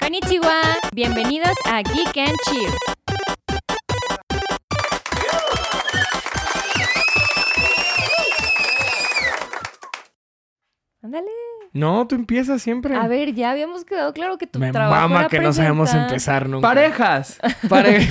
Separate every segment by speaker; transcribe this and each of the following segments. Speaker 1: Konnichiwa. Bienvenidos a Geek and Chill. Ándale.
Speaker 2: No, tú empiezas siempre.
Speaker 1: A ver, ya habíamos quedado claro que tu
Speaker 2: Me
Speaker 1: trabajo
Speaker 2: mama
Speaker 1: era
Speaker 2: que no sabemos
Speaker 1: presentar.
Speaker 2: empezar nunca.
Speaker 3: Parejas.
Speaker 2: Pare-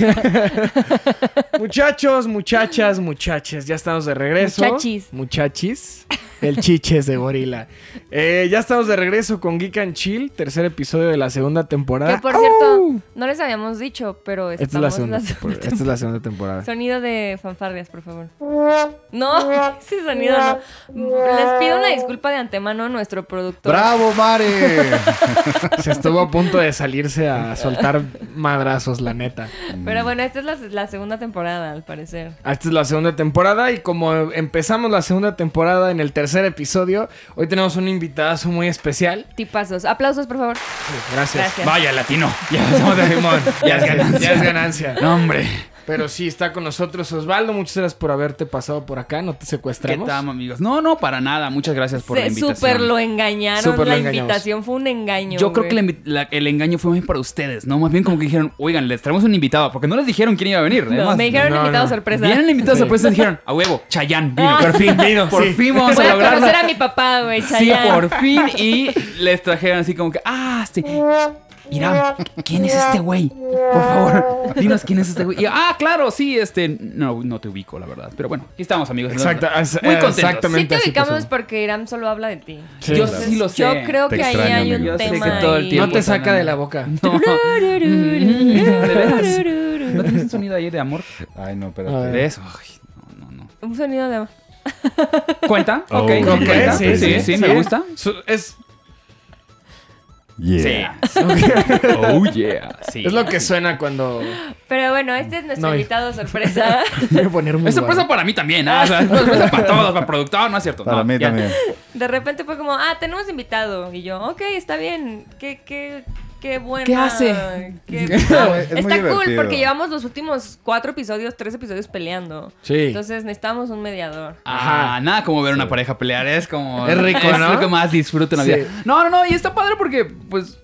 Speaker 2: Muchachos, muchachas, muchachas, ya estamos de regreso.
Speaker 1: Muchachis.
Speaker 2: Muchachis. El chiches de gorila. Eh, ya estamos de regreso con Geek and Chill, tercer episodio de la segunda temporada.
Speaker 1: Que por cierto,
Speaker 2: ¡Au!
Speaker 1: no les habíamos dicho, pero
Speaker 2: Esta es la
Speaker 1: estamos en
Speaker 2: segunda,
Speaker 1: la
Speaker 2: temporada.
Speaker 1: segunda
Speaker 2: Esta es la segunda temporada.
Speaker 1: Sonido de fanfarrias, por favor. No, ese sonido no. Les pido una disculpa de antemano a nuestro productor.
Speaker 3: ¡Bravo, Mare!
Speaker 2: Se estuvo a punto de salirse a soltar madrazos, la neta.
Speaker 1: Pero bueno, esta es la, la segunda temporada, al parecer.
Speaker 2: Esta es la segunda temporada y como empezamos la segunda temporada en el tercer episodio, hoy tenemos un invitadazo muy especial.
Speaker 1: Tipazos. Aplausos, por favor.
Speaker 2: Gracias.
Speaker 1: Gracias.
Speaker 3: Vaya, latino.
Speaker 2: Ya somos de Limón. Ya es ganancia. Ya es ganancia.
Speaker 3: No, hombre.
Speaker 2: Pero sí, está con nosotros Osvaldo. Muchas gracias por haberte pasado por acá. No te
Speaker 3: ¿Qué
Speaker 2: secuestramos.
Speaker 3: tal, amigos? No, no, para nada. Muchas gracias por la
Speaker 1: Se
Speaker 3: invitación.
Speaker 1: super lo engañaron.
Speaker 2: Súper lo
Speaker 1: la
Speaker 2: engañamos.
Speaker 1: invitación fue un engaño.
Speaker 3: Yo creo que la
Speaker 1: güey.
Speaker 3: invi- la- el engaño fue más para ustedes, ¿no? Más bien como que dijeron, oigan, les traemos un invitado, porque no les dijeron quién iba a venir.
Speaker 1: No,
Speaker 3: además.
Speaker 1: me dijeron
Speaker 2: no,
Speaker 1: invitado
Speaker 2: no.
Speaker 1: sorpresa.
Speaker 3: Vienen invitados
Speaker 2: Sí.
Speaker 3: sorpresa dijeron, a huevo, Chayán vino.
Speaker 1: Ah.
Speaker 3: Por fin vino. Por
Speaker 2: sí.
Speaker 3: fin vamos
Speaker 1: Voy
Speaker 3: a
Speaker 1: a
Speaker 3: lograrlo.
Speaker 1: conocer a mi papá, güey.
Speaker 3: Sí,
Speaker 1: Chayanne.
Speaker 3: por fin. Y les trajeron así como que, ah, sí. Mira, ¿quién es este güey? Por favor, dinos quién es este güey. Y, ah, claro, sí, este. No, no te ubico, la verdad. Pero bueno, aquí estamos, amigos.
Speaker 2: Exacto, es-
Speaker 3: Muy contentos.
Speaker 1: Sí
Speaker 2: exactamente
Speaker 1: te
Speaker 2: así
Speaker 1: ubicamos
Speaker 2: pasó.
Speaker 1: porque Iram solo habla de ti.
Speaker 2: Sí,
Speaker 3: Yo
Speaker 2: claro.
Speaker 3: sí lo sé.
Speaker 1: Yo creo
Speaker 4: Te
Speaker 1: que ahí
Speaker 4: extraño,
Speaker 1: hay un
Speaker 4: amigo.
Speaker 3: Yo sé
Speaker 1: tema.
Speaker 3: que todo el
Speaker 1: ahí. Mm,
Speaker 3: tiempo-
Speaker 2: No te saca de la boca.
Speaker 3: No, de veras. ¿No tienes un sonido ahí de amor?
Speaker 4: Ay, no,
Speaker 2: A
Speaker 4: espérate.
Speaker 2: ver.
Speaker 3: De eso. Ay, no, no, no.
Speaker 1: mm. Un sonido de...
Speaker 3: ¿Cuenta?
Speaker 4: Oh,
Speaker 3: ok,
Speaker 4: yeah,
Speaker 3: ¿cuenta?
Speaker 4: sí,
Speaker 3: Sí, sí,
Speaker 4: sí.
Speaker 3: me gusta.
Speaker 2: Su- Es,
Speaker 4: Yeah.
Speaker 3: Sí. Oh, yeah. Sí.
Speaker 2: es lo que suena cuando.
Speaker 1: Pero bueno, este es nuestro
Speaker 2: No, y-
Speaker 1: invitado sorpresa.
Speaker 2: Voy a poner muy
Speaker 3: Es sorpresa
Speaker 2: guapo.
Speaker 3: para mí también. ah, o sea, es sorpresa para todos, para productor, no es cierto.
Speaker 4: Para
Speaker 3: no,
Speaker 4: mí
Speaker 3: ya.
Speaker 4: también.
Speaker 1: De repente fue como, ah, tenemos invitado. Y yo, ok, está bien. Qué, qué, qué bueno.
Speaker 3: ¿Qué hace?
Speaker 4: Es muy
Speaker 1: está cool
Speaker 4: divertido.
Speaker 1: porque llevamos los últimos cuatro episodios, tres episodios peleando.
Speaker 2: Sí.
Speaker 1: Entonces necesitamos un mediador.
Speaker 3: Ajá, Ah, nada como ver una pareja pelear, es como...
Speaker 2: Es rico, ¿no?
Speaker 3: lo que más disfruto en la
Speaker 2: Sí.
Speaker 3: vida. No, no, no, y está padre porque, pues,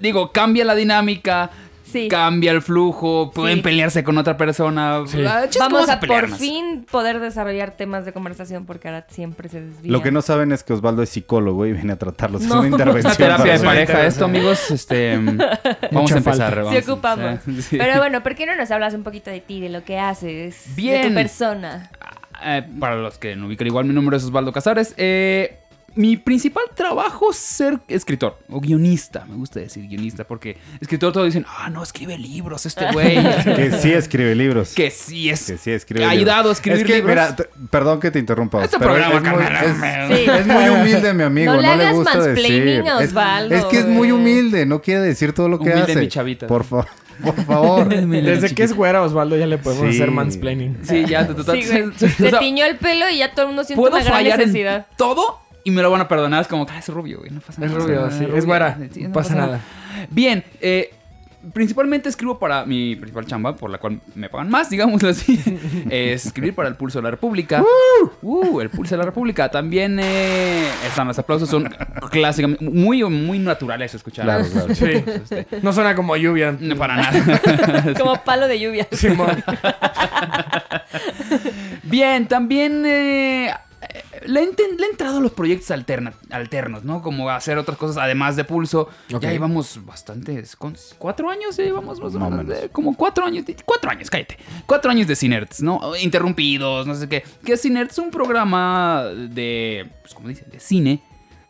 Speaker 3: digo, cambia la dinámica,
Speaker 1: Sí.
Speaker 3: cambia el flujo, pueden
Speaker 1: Sí.
Speaker 3: pelearse con otra persona.
Speaker 2: Sí.
Speaker 3: Ah, chis, ¿cómo
Speaker 1: Vamos a
Speaker 3: pelear
Speaker 1: por
Speaker 3: más?
Speaker 1: fin poder desarrollar temas de conversación porque ahora siempre se desvía.
Speaker 4: Lo que no saben es que Osvaldo es psicólogo y viene a tratarlos. Es
Speaker 1: No.
Speaker 4: una
Speaker 3: Es
Speaker 4: intervención.
Speaker 3: una terapia
Speaker 4: para
Speaker 3: de
Speaker 2: Sí,
Speaker 4: su-
Speaker 3: pareja
Speaker 2: sí,
Speaker 3: esto,
Speaker 2: sí.
Speaker 3: amigos. Este, mm, vamos
Speaker 2: Mucha
Speaker 3: a empezar.
Speaker 2: falta.
Speaker 3: vamos
Speaker 1: Sí
Speaker 3: a-
Speaker 1: ocupamos.
Speaker 3: sí.
Speaker 1: Pero bueno, ¿por qué no nos hablas un poquito de ti, de lo que haces, de tu
Speaker 3: Bien.
Speaker 1: persona?
Speaker 3: Eh, para los que no ubican igual, mi nombre es Osvaldo Casares. Eh, mi principal trabajo es ser escritor o guionista. Me gusta decir guionista porque escritor todos dicen, ah, no, escribe libros este güey.
Speaker 4: Que sí escribe libros.
Speaker 3: que sí es.
Speaker 4: Que sí escribe
Speaker 3: Ha
Speaker 4: libros.
Speaker 3: ayudado a escribir
Speaker 4: Es que,
Speaker 3: libros.
Speaker 4: mira, t- perdón que te interrumpa.
Speaker 3: Este
Speaker 4: pero
Speaker 3: programa,
Speaker 4: es, muy,
Speaker 3: carnal.
Speaker 4: es-
Speaker 1: Sí.
Speaker 4: es muy humilde, mi amigo.
Speaker 1: No
Speaker 4: No
Speaker 1: le
Speaker 4: le,
Speaker 1: hagas
Speaker 4: gusta
Speaker 1: mansplaining
Speaker 4: decir.
Speaker 1: a
Speaker 4: Es-
Speaker 1: Osvaldo,
Speaker 4: es, que es muy
Speaker 1: güey.
Speaker 4: humilde. No quiere decir todo lo que
Speaker 3: Humilde,
Speaker 4: hace.
Speaker 3: mi chavita.
Speaker 4: Por, fa- por favor.
Speaker 2: Desde que es güera, Osvaldo, ya le podemos
Speaker 4: Sí.
Speaker 2: hacer mansplaining.
Speaker 3: Sí, ya, te
Speaker 1: Sí, güey. Se tiñó el pelo y ya todo el mundo siente
Speaker 3: Puedo
Speaker 1: una gran
Speaker 3: fallar en
Speaker 1: necesidad.
Speaker 3: todo y me lo van a perdonar. Es como, "Ah, es rubio, güey. No pasa
Speaker 2: Es
Speaker 3: nada.
Speaker 2: rubio,
Speaker 3: es
Speaker 2: sí. Es güera.
Speaker 3: sí,
Speaker 2: No pasa nada.
Speaker 3: Bien, eh, principalmente escribo para mi principal chamba, por la cual me pagan más, digámoslo así. es escribir para el Pulso de la República. ¡Uh! el Pulso de la República. También eh, están los aplausos, son clásicamente muy, muy naturales escuchar.
Speaker 4: Claro, claro.
Speaker 2: Sí. No suena como lluvia.
Speaker 3: No, para nada.
Speaker 1: Como palo de lluvia.
Speaker 2: Simón.
Speaker 3: Bien, también eh, eh, le, he enten- le he entrado a los proyectos alterna- alternos, ¿no? Como hacer otras cosas además de Pulso.
Speaker 2: Ok.
Speaker 3: Ya llevamos bastantes... ¿con- ¿Cuatro años? Ya llevamos más o
Speaker 4: Más o
Speaker 3: menos.
Speaker 4: menos.
Speaker 3: de- como cuatro años. de- Cuatro años, cállate. Cuatro años de Cinerts, ¿no? Interrumpidos, no sé qué. Que Cinerts es un programa de... Pues, ¿cómo dice? De cine.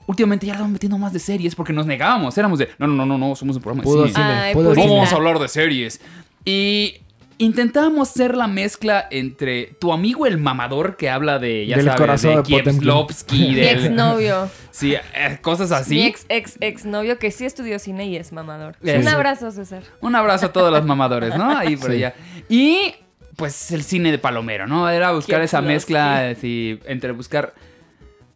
Speaker 3: Últimamente ya lo estamos metiendo más de series porque nos negábamos. Éramos de... No, no, no, no, no somos un programa de
Speaker 2: Pudo
Speaker 3: cine.
Speaker 2: cine.
Speaker 1: Ay,
Speaker 2: pudo
Speaker 1: purista.
Speaker 3: No
Speaker 2: cine.
Speaker 3: vamos a hablar de series. Y intentábamos ser la mezcla entre tu amigo el mamador que habla de, ya
Speaker 2: Del
Speaker 3: sabes,
Speaker 2: corazón
Speaker 3: de
Speaker 2: de Potemkin.
Speaker 3: Kieslowski,
Speaker 1: Mi
Speaker 3: del...
Speaker 1: exnovio.
Speaker 3: Sí, eh, cosas
Speaker 1: Mi
Speaker 3: así.
Speaker 1: ex ex ex novio que sí estudió cine y es mamador.
Speaker 3: Sí.
Speaker 1: Un abrazo, César.
Speaker 3: Un abrazo a todos los mamadores, ¿no? Ahí por
Speaker 2: Sí.
Speaker 3: allá. Y pues el cine de Palomero, ¿no? Era buscar esa
Speaker 1: Kieslowski.
Speaker 3: mezcla sí, entre buscar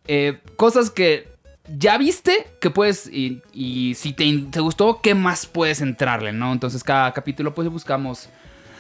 Speaker 3: eh, cosas que ya viste que puedes y, y si te, te gustó, ¿qué más puedes entrarle, no? Entonces cada capítulo pues buscamos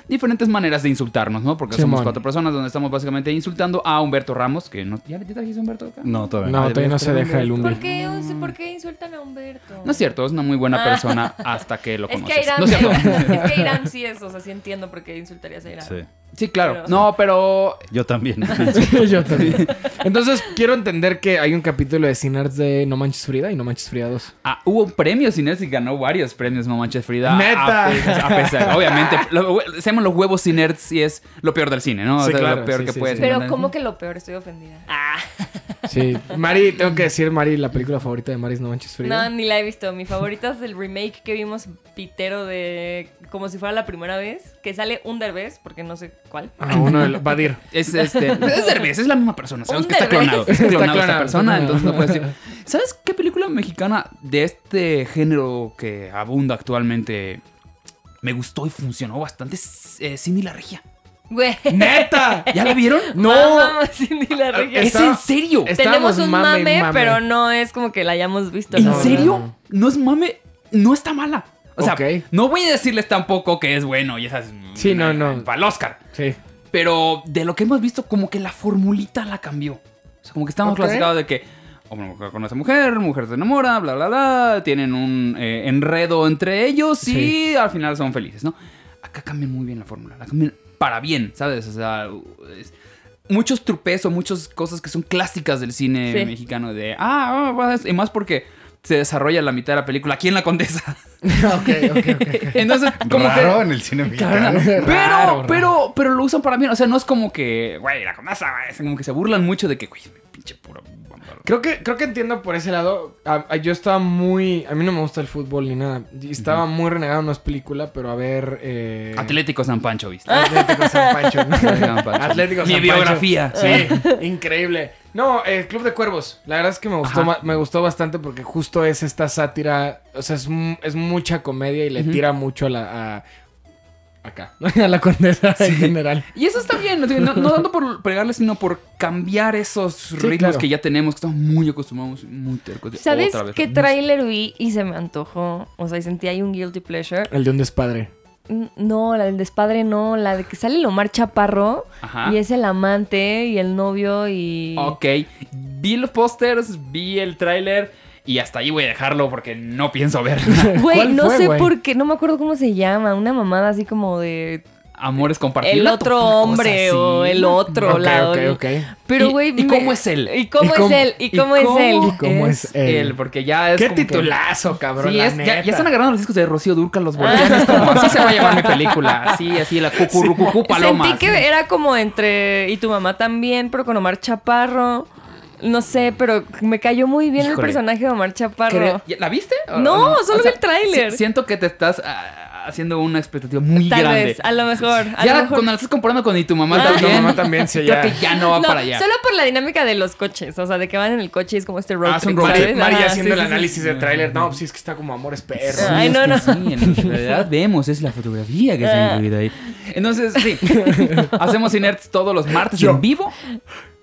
Speaker 3: diferentes maneras de insultarnos, ¿no? Porque somos
Speaker 2: Simón.
Speaker 3: cuatro personas donde estamos básicamente insultando a Humberto Ramos, que no, ¿ya, ya trajiste a Humberto acá?
Speaker 4: No, todavía
Speaker 2: No,
Speaker 4: no.
Speaker 3: Ah,
Speaker 2: todavía no
Speaker 3: deberías
Speaker 2: se deja el
Speaker 1: ¿Por
Speaker 2: Umbi.
Speaker 1: qué, ¿Por qué insultan a Humberto?
Speaker 3: No es cierto, es una muy buena
Speaker 1: Ah.
Speaker 3: persona hasta que lo
Speaker 1: Es
Speaker 3: conoces.
Speaker 1: que, a Irán,
Speaker 3: no es cierto.
Speaker 1: es que a Irán sí es, o sea, sí entiendo por qué insultarías a Irán.
Speaker 4: Sí.
Speaker 3: Sí, claro.
Speaker 1: Pero-
Speaker 3: No, pero
Speaker 4: Yo también.
Speaker 2: Yo también. Entonces, quiero entender que hay un capítulo de Sinards de No Manches Frida y No Manches Frida 2.
Speaker 3: ah, hubo premios Inés y ganó varios premios, no manches Frida.
Speaker 2: ¡Neta!
Speaker 3: A pesar, a pesar- obviamente, lo- seamos los huevos Inés y es lo peor del cine, ¿no? O
Speaker 2: Sí,
Speaker 3: sea,
Speaker 2: claro,
Speaker 3: lo peor
Speaker 2: sí,
Speaker 3: que
Speaker 2: sí,
Speaker 3: puede
Speaker 2: sí.
Speaker 1: Pero como que lo peor, estoy ofendida. Ah,
Speaker 2: Sí. Mari, tengo que decir, Mari, la película favorita de Mari es No Manches Frida.
Speaker 1: no, ni la he visto. Mi favorita es el remake que vimos pitero de como si fuera la primera vez, que sale un derbez, porque no sé cuál.
Speaker 2: Ah, uno de los... Badir.
Speaker 3: Es este. Es Derbez, es la misma persona. Sabemos
Speaker 1: Un
Speaker 3: que está
Speaker 1: Derbez.
Speaker 3: clonado. Es
Speaker 2: Está
Speaker 3: clonado esta
Speaker 2: clonado,
Speaker 3: persona,
Speaker 2: está
Speaker 3: entonces
Speaker 2: clonado.
Speaker 3: no puedes decir. ¿Sabes qué película mexicana de este género que abunda actualmente me gustó y funcionó bastante? Es, eh, Cindy la Regia.
Speaker 1: Güey.
Speaker 2: ¡Neta!
Speaker 3: ¿Ya la vieron?
Speaker 2: ¡No!
Speaker 1: Vamos, Cindy
Speaker 3: Ah,
Speaker 1: la regia.
Speaker 3: Es
Speaker 2: Está-
Speaker 3: en serio.
Speaker 2: es-
Speaker 1: Tenemos
Speaker 2: estábamos
Speaker 1: un
Speaker 2: mame
Speaker 1: mame,
Speaker 2: y mame.
Speaker 1: pero no es como que la hayamos visto. la
Speaker 3: ¿En
Speaker 1: verdad.
Speaker 3: serio? No es mame. No está mala. O sea,
Speaker 2: Ok.
Speaker 3: no voy a decirles tampoco que es bueno y esas.
Speaker 2: Sí, no, no.
Speaker 3: Para el Oscar.
Speaker 2: Sí.
Speaker 3: Pero de lo que hemos visto, como que la formulita la cambió. O sea, como que estamos
Speaker 2: Ok.
Speaker 3: clasificados de que hombre conoce a mujer, mujer se enamora, bla, bla, bla. Tienen un eh, enredo entre ellos y
Speaker 2: Sí.
Speaker 3: al final son felices, ¿no? Acá cambian muy bien la fórmula. La cambian para bien, ¿sabes? O sea, es- muchos trupes o muchas cosas que son clásicas del cine
Speaker 1: Sí.
Speaker 3: mexicano de, ah, ah, ah", y más porque se desarrolla la mitad de la película. aquí en la condesa?
Speaker 2: ok, ok, ok.
Speaker 3: Entonces, como que-
Speaker 4: Raro en el cine mexicano.
Speaker 3: pero,
Speaker 2: Raro, raro.
Speaker 3: pero, pero lo usan para bien. O sea, no es como que, güey, la comasa, güey. Es como que se burlan mucho de que, güey, pinche puro. bámbaro.
Speaker 2: Creo que, creo que entiendo por ese lado. A- a- yo estaba muy. A mí no me gusta el fútbol ni nada. Y Estaba muy renegado, no es película, pero a ver. Eh,
Speaker 3: Atlético San Pancho, ¿viste?
Speaker 2: Atlético San Pancho. ¿no?
Speaker 3: Atlético San Pancho.
Speaker 2: Atlético
Speaker 3: Mi
Speaker 2: San Pancho.
Speaker 3: biografía.
Speaker 2: Sí, increíble. No, eh, Club de Cuervos. La verdad es que me gustó,
Speaker 3: Ajá.
Speaker 2: ma- me gustó bastante porque justo es esta sátira. O sea, es, mu- es mucha comedia y le
Speaker 3: Ujú.
Speaker 2: tira mucho a la. A, acá. A la condesa en general.
Speaker 3: Y eso está bien, no, no- no tanto por pegarles, sino por cambiar esos ritmos
Speaker 2: claro.
Speaker 3: que ya tenemos, que estamos muy acostumbrados, muy tercos. de
Speaker 1: ¿Sabes
Speaker 3: otra vez.
Speaker 1: qué
Speaker 3: Mm.
Speaker 1: tráiler vi y se me antojó? O sea, y sentí ahí un guilty pleasure.
Speaker 2: El de un despadre.
Speaker 1: N- No, la del despadre no, la de que sale Lomar Chaparro
Speaker 3: Ajá.
Speaker 1: y es el amante y el novio y...
Speaker 3: Ah. Ok, vi los pósters, vi el tráiler y hasta ahí voy a dejarlo porque no pienso ver.
Speaker 1: Güey,
Speaker 2: ¿Cuál
Speaker 1: no
Speaker 2: fue,
Speaker 1: sé
Speaker 2: güey?
Speaker 1: por qué, no me acuerdo cómo se llama, una mamada así como de
Speaker 3: Amores compartidos.
Speaker 1: el
Speaker 3: una
Speaker 1: otro
Speaker 3: cosa
Speaker 1: hombre o
Speaker 3: así.
Speaker 1: el otro,
Speaker 2: Ok,
Speaker 1: la
Speaker 2: ok, ok.
Speaker 1: Pero
Speaker 3: ¿Y-
Speaker 1: güey,
Speaker 3: y
Speaker 1: me-
Speaker 3: cómo es él?
Speaker 1: ¿Y cómo,
Speaker 2: ¿Y cómo-
Speaker 1: es él? ¿Y
Speaker 3: y
Speaker 1: cómo,
Speaker 3: cómo-
Speaker 1: es él?
Speaker 2: ¿Y cómo es
Speaker 3: Él, porque ya es
Speaker 2: Eh, Qué
Speaker 3: como que-
Speaker 2: titulazo, cabrón.
Speaker 3: Sí,
Speaker 2: la
Speaker 3: es- ya, ya
Speaker 2: neta.
Speaker 3: están agarrando los discos de Rocío Durca los bolivianos. como, así se va a llamar mi película. Así, así, la cucurucucú paloma.
Speaker 1: Sentí que
Speaker 3: así.
Speaker 1: era como entre... Y tu mamá también, pero con Omar Chaparro. No sé, pero me cayó muy bien el
Speaker 3: Híjole.
Speaker 1: personaje de Omar Chaparro.
Speaker 3: Creo- ¿Ya- ¿La viste? ¿O-
Speaker 1: No,
Speaker 3: o
Speaker 1: solo vi el tráiler.
Speaker 3: si- Siento que te estás ah, haciendo una expectativa muy
Speaker 1: Tal
Speaker 3: grande.
Speaker 1: vez, a lo mejor. A lo
Speaker 3: ya
Speaker 1: mejor.
Speaker 3: cuando la estás comparando con y tu mamá
Speaker 1: Ah.
Speaker 3: también.
Speaker 2: Tu mamá también, sí, ya.
Speaker 3: Creo que ya no va
Speaker 1: No,
Speaker 3: para allá.
Speaker 1: Solo por la dinámica de los coches, o sea, de que van en el coche y es como este road
Speaker 3: Ah, es un
Speaker 1: trip,
Speaker 3: road
Speaker 2: Mari,
Speaker 1: ¿sabes?
Speaker 2: Mari
Speaker 1: Ajá,
Speaker 2: haciendo
Speaker 1: sí,
Speaker 2: el
Speaker 1: sí, sí.
Speaker 2: análisis del tráiler. No, pues sí, es que está como amores perros.
Speaker 1: Ah. Ay,
Speaker 3: es
Speaker 1: no,
Speaker 3: que
Speaker 1: no. Ah.
Speaker 3: Sí, en realidad vemos, es la fotografía que se ha incluido ahí. Entonces, sí, hacemos Inerts todos los martes
Speaker 2: Yo.
Speaker 3: en vivo.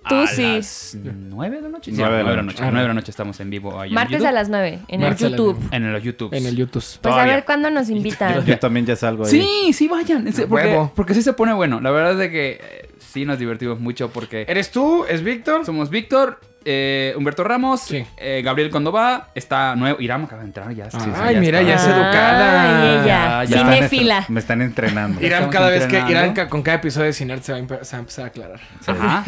Speaker 1: Tú
Speaker 3: a
Speaker 1: sí.
Speaker 3: Las 9 de la noche. Sí,
Speaker 4: Nueve
Speaker 3: 9
Speaker 4: de la
Speaker 3: de la
Speaker 4: noche.
Speaker 3: noche. 9 de la noche estamos en vivo ahí en
Speaker 1: Martes
Speaker 3: YouTube.
Speaker 1: a las 9 en
Speaker 2: Martes a
Speaker 1: el
Speaker 2: las
Speaker 1: YouTube.
Speaker 2: nueve.
Speaker 3: En los YouTube.
Speaker 2: En el YouTube.
Speaker 1: Pues a
Speaker 3: Todavía.
Speaker 1: ver cuándo nos invitan.
Speaker 4: Yo también ya salgo ahí.
Speaker 3: Sí, sí, vayan. Es-
Speaker 2: A
Speaker 3: Porque,
Speaker 2: huevo.
Speaker 3: porque sí se pone bueno. La verdad es de que eh, sí nos divertimos mucho porque
Speaker 2: ¿Eres tú? ¿Es Víctor?
Speaker 3: somos Víctor, eh, Humberto Ramos,
Speaker 2: Sí.
Speaker 3: eh, Gabriel Condová, está nuevo. Irán acaba de entrar ya. sí, sí,
Speaker 2: Ay, mira, ya es
Speaker 3: está.
Speaker 1: Ay,
Speaker 2: educada.
Speaker 1: ella.
Speaker 3: Ah, ya.
Speaker 4: están
Speaker 1: Cinefila.
Speaker 4: estre- Me están entrenando.
Speaker 3: Mira.
Speaker 2: Irán
Speaker 3: Estamos
Speaker 2: cada vez que
Speaker 3: entrenando.
Speaker 2: Irán ca- con cada episodio de Sinart se va, a empe- se va a empezar a aclarar.
Speaker 3: Ajá.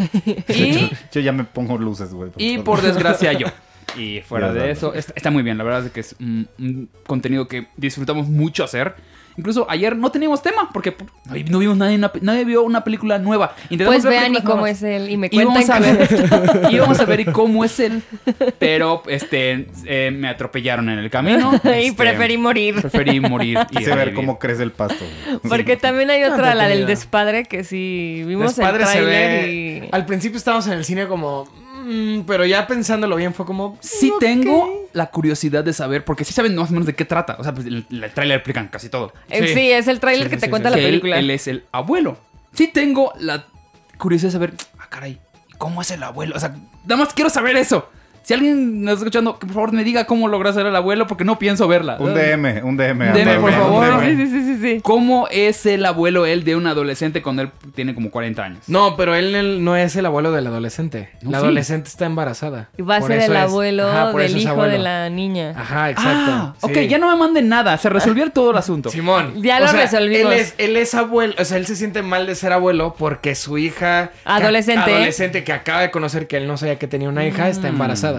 Speaker 4: Yo,
Speaker 3: Y,
Speaker 4: yo ya me pongo luces, güey.
Speaker 3: y por desgracia yo. Y fuera
Speaker 4: Ya,
Speaker 3: de
Speaker 4: dale.
Speaker 3: eso, es- está muy bien. La verdad es que es un, un contenido que disfrutamos mucho hacer. Incluso ayer no teníamos tema porque pu- no, vi- no vimos nadie, una pe- nadie vio una película nueva. Intentamos
Speaker 1: Pues
Speaker 3: ver
Speaker 1: vean y
Speaker 3: películas
Speaker 1: cómo
Speaker 3: nuevas.
Speaker 1: es él y me
Speaker 3: Y
Speaker 1: cuentan
Speaker 3: vamos a
Speaker 1: cómo
Speaker 3: ver,
Speaker 1: es.
Speaker 3: y vamos a ver y cómo es él. Pero este eh, me atropellaron en el camino.
Speaker 1: y
Speaker 3: este,
Speaker 1: preferí morir.
Speaker 3: preferí morir. y
Speaker 4: Quise ver
Speaker 3: revivir.
Speaker 4: cómo crece el pasto. güey.
Speaker 1: Porque también hay otra, la del
Speaker 2: entretenida.
Speaker 1: despadre, que sí vimos el
Speaker 2: Despadre se
Speaker 1: tráiler
Speaker 2: ve.
Speaker 1: y...
Speaker 2: Al principio estábamos en el cine como. "Mm", pero ya pensándolo bien fue como.
Speaker 3: Sí
Speaker 2: "Ok".
Speaker 3: tengo la curiosidad de saber, porque sí saben más o menos de qué trata. O sea, pues, el, el trailer explican casi todo.
Speaker 1: Eh, Sí. es el tráiler
Speaker 2: Sí,
Speaker 1: que
Speaker 2: sí,
Speaker 1: te
Speaker 2: sí,
Speaker 1: cuenta
Speaker 2: sí.
Speaker 1: la
Speaker 3: Que él-
Speaker 1: película.
Speaker 3: Él, es el abuelo. Sí tengo la curiosidad de saber, ah, caray, ¿cómo es el abuelo? O sea, nada más quiero saber eso. Si alguien nos está escuchando, que por favor me diga cómo logró ser el abuelo, porque no pienso verla.
Speaker 4: Un DM, un DM.
Speaker 3: DM,
Speaker 4: ándale,
Speaker 3: por
Speaker 4: un
Speaker 3: favor.
Speaker 4: DM.
Speaker 1: Sí, sí, sí, sí, sí.
Speaker 3: ¿Cómo es el abuelo él de un adolescente cuando él tiene como 40 años?
Speaker 2: No, pero él, él no es el abuelo del adolescente.
Speaker 3: No,
Speaker 2: la
Speaker 3: sí.
Speaker 2: adolescente está embarazada.
Speaker 1: Y Va a
Speaker 2: Por
Speaker 1: ser
Speaker 2: eso
Speaker 1: el
Speaker 2: es-
Speaker 1: abuelo
Speaker 2: Ajá, por
Speaker 1: del
Speaker 2: eso es
Speaker 1: hijo de
Speaker 2: abuelo.
Speaker 1: la niña.
Speaker 2: Ajá, exacto.
Speaker 3: Ah,
Speaker 2: sí.
Speaker 3: ok, ya no me manden nada. Se resolvió todo el asunto.
Speaker 2: Simón.
Speaker 1: Ya lo resolvimos.
Speaker 2: Él es, él es abuelo, o sea, él se siente mal de ser abuelo porque su hija... que-
Speaker 1: Adolescente. Mm.
Speaker 2: adolescente que acaba de conocer que él no sabía que tenía una hija está embarazada.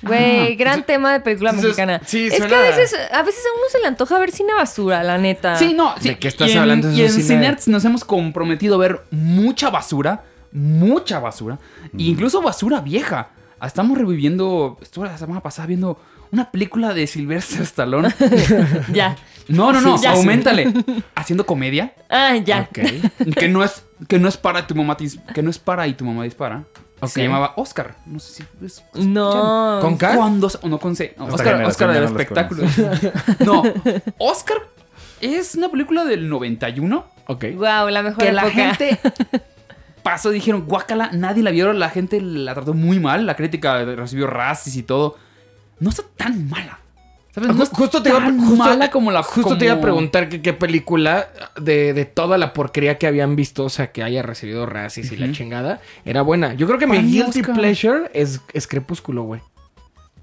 Speaker 1: Güey, gran tema de película
Speaker 2: entonces,
Speaker 1: mexicana.
Speaker 2: sí,
Speaker 1: es que
Speaker 2: suena-
Speaker 1: a veces, a veces a uno se le antoja ver cine basura, la neta.
Speaker 3: Sí, no, sí.
Speaker 2: ¿De qué estás
Speaker 3: y en-
Speaker 2: hablando? Eso
Speaker 3: Y en
Speaker 2: sí me-
Speaker 3: Cinerts nos hemos comprometido a ver mucha basura, mucha basura, e incluso basura vieja. Estamos reviviendo, estuve la semana pasada viendo una película de Sylvester Stallone.
Speaker 1: Ya.
Speaker 3: No, no, no,
Speaker 1: Ya.
Speaker 3: aumentale. Haciendo comedia,
Speaker 1: Ah, ya.
Speaker 2: Ok.
Speaker 3: que no es que no es para tu mamá dis- que no es para y tu mamá dispara.
Speaker 2: Ok.
Speaker 3: Se llamaba Oscar, no sé si es-
Speaker 1: No.
Speaker 2: Con K.
Speaker 3: ¿Cuándo? se- No, con C. No,
Speaker 4: Esta
Speaker 3: Oscar,
Speaker 4: generación
Speaker 3: Oscar
Speaker 4: ya
Speaker 3: del
Speaker 4: no los
Speaker 3: espectáculo. No, Oscar es una película del 91
Speaker 2: Ok.
Speaker 1: Wow, la mejor
Speaker 3: que
Speaker 1: época.
Speaker 3: la gente pasó, dijeron, guácala, nadie la vio, la gente la trató muy mal, la crítica recibió racis y todo. No está tan mala. ¿Sabes? No
Speaker 2: Ah, Ju-
Speaker 3: es
Speaker 2: justo te iba a
Speaker 3: tan
Speaker 2: pre- justo-
Speaker 3: mala como la
Speaker 2: Ah, Justo te iba a
Speaker 3: como-
Speaker 2: preguntar que qué película de, de toda la porquería que habían visto, o sea, que haya recibido racis y la
Speaker 3: Ujú.
Speaker 2: chingada, era buena. Yo creo que mi
Speaker 3: Ay,
Speaker 2: guilty
Speaker 3: Oscar.
Speaker 2: pleasure es, es Crepúsculo, güey.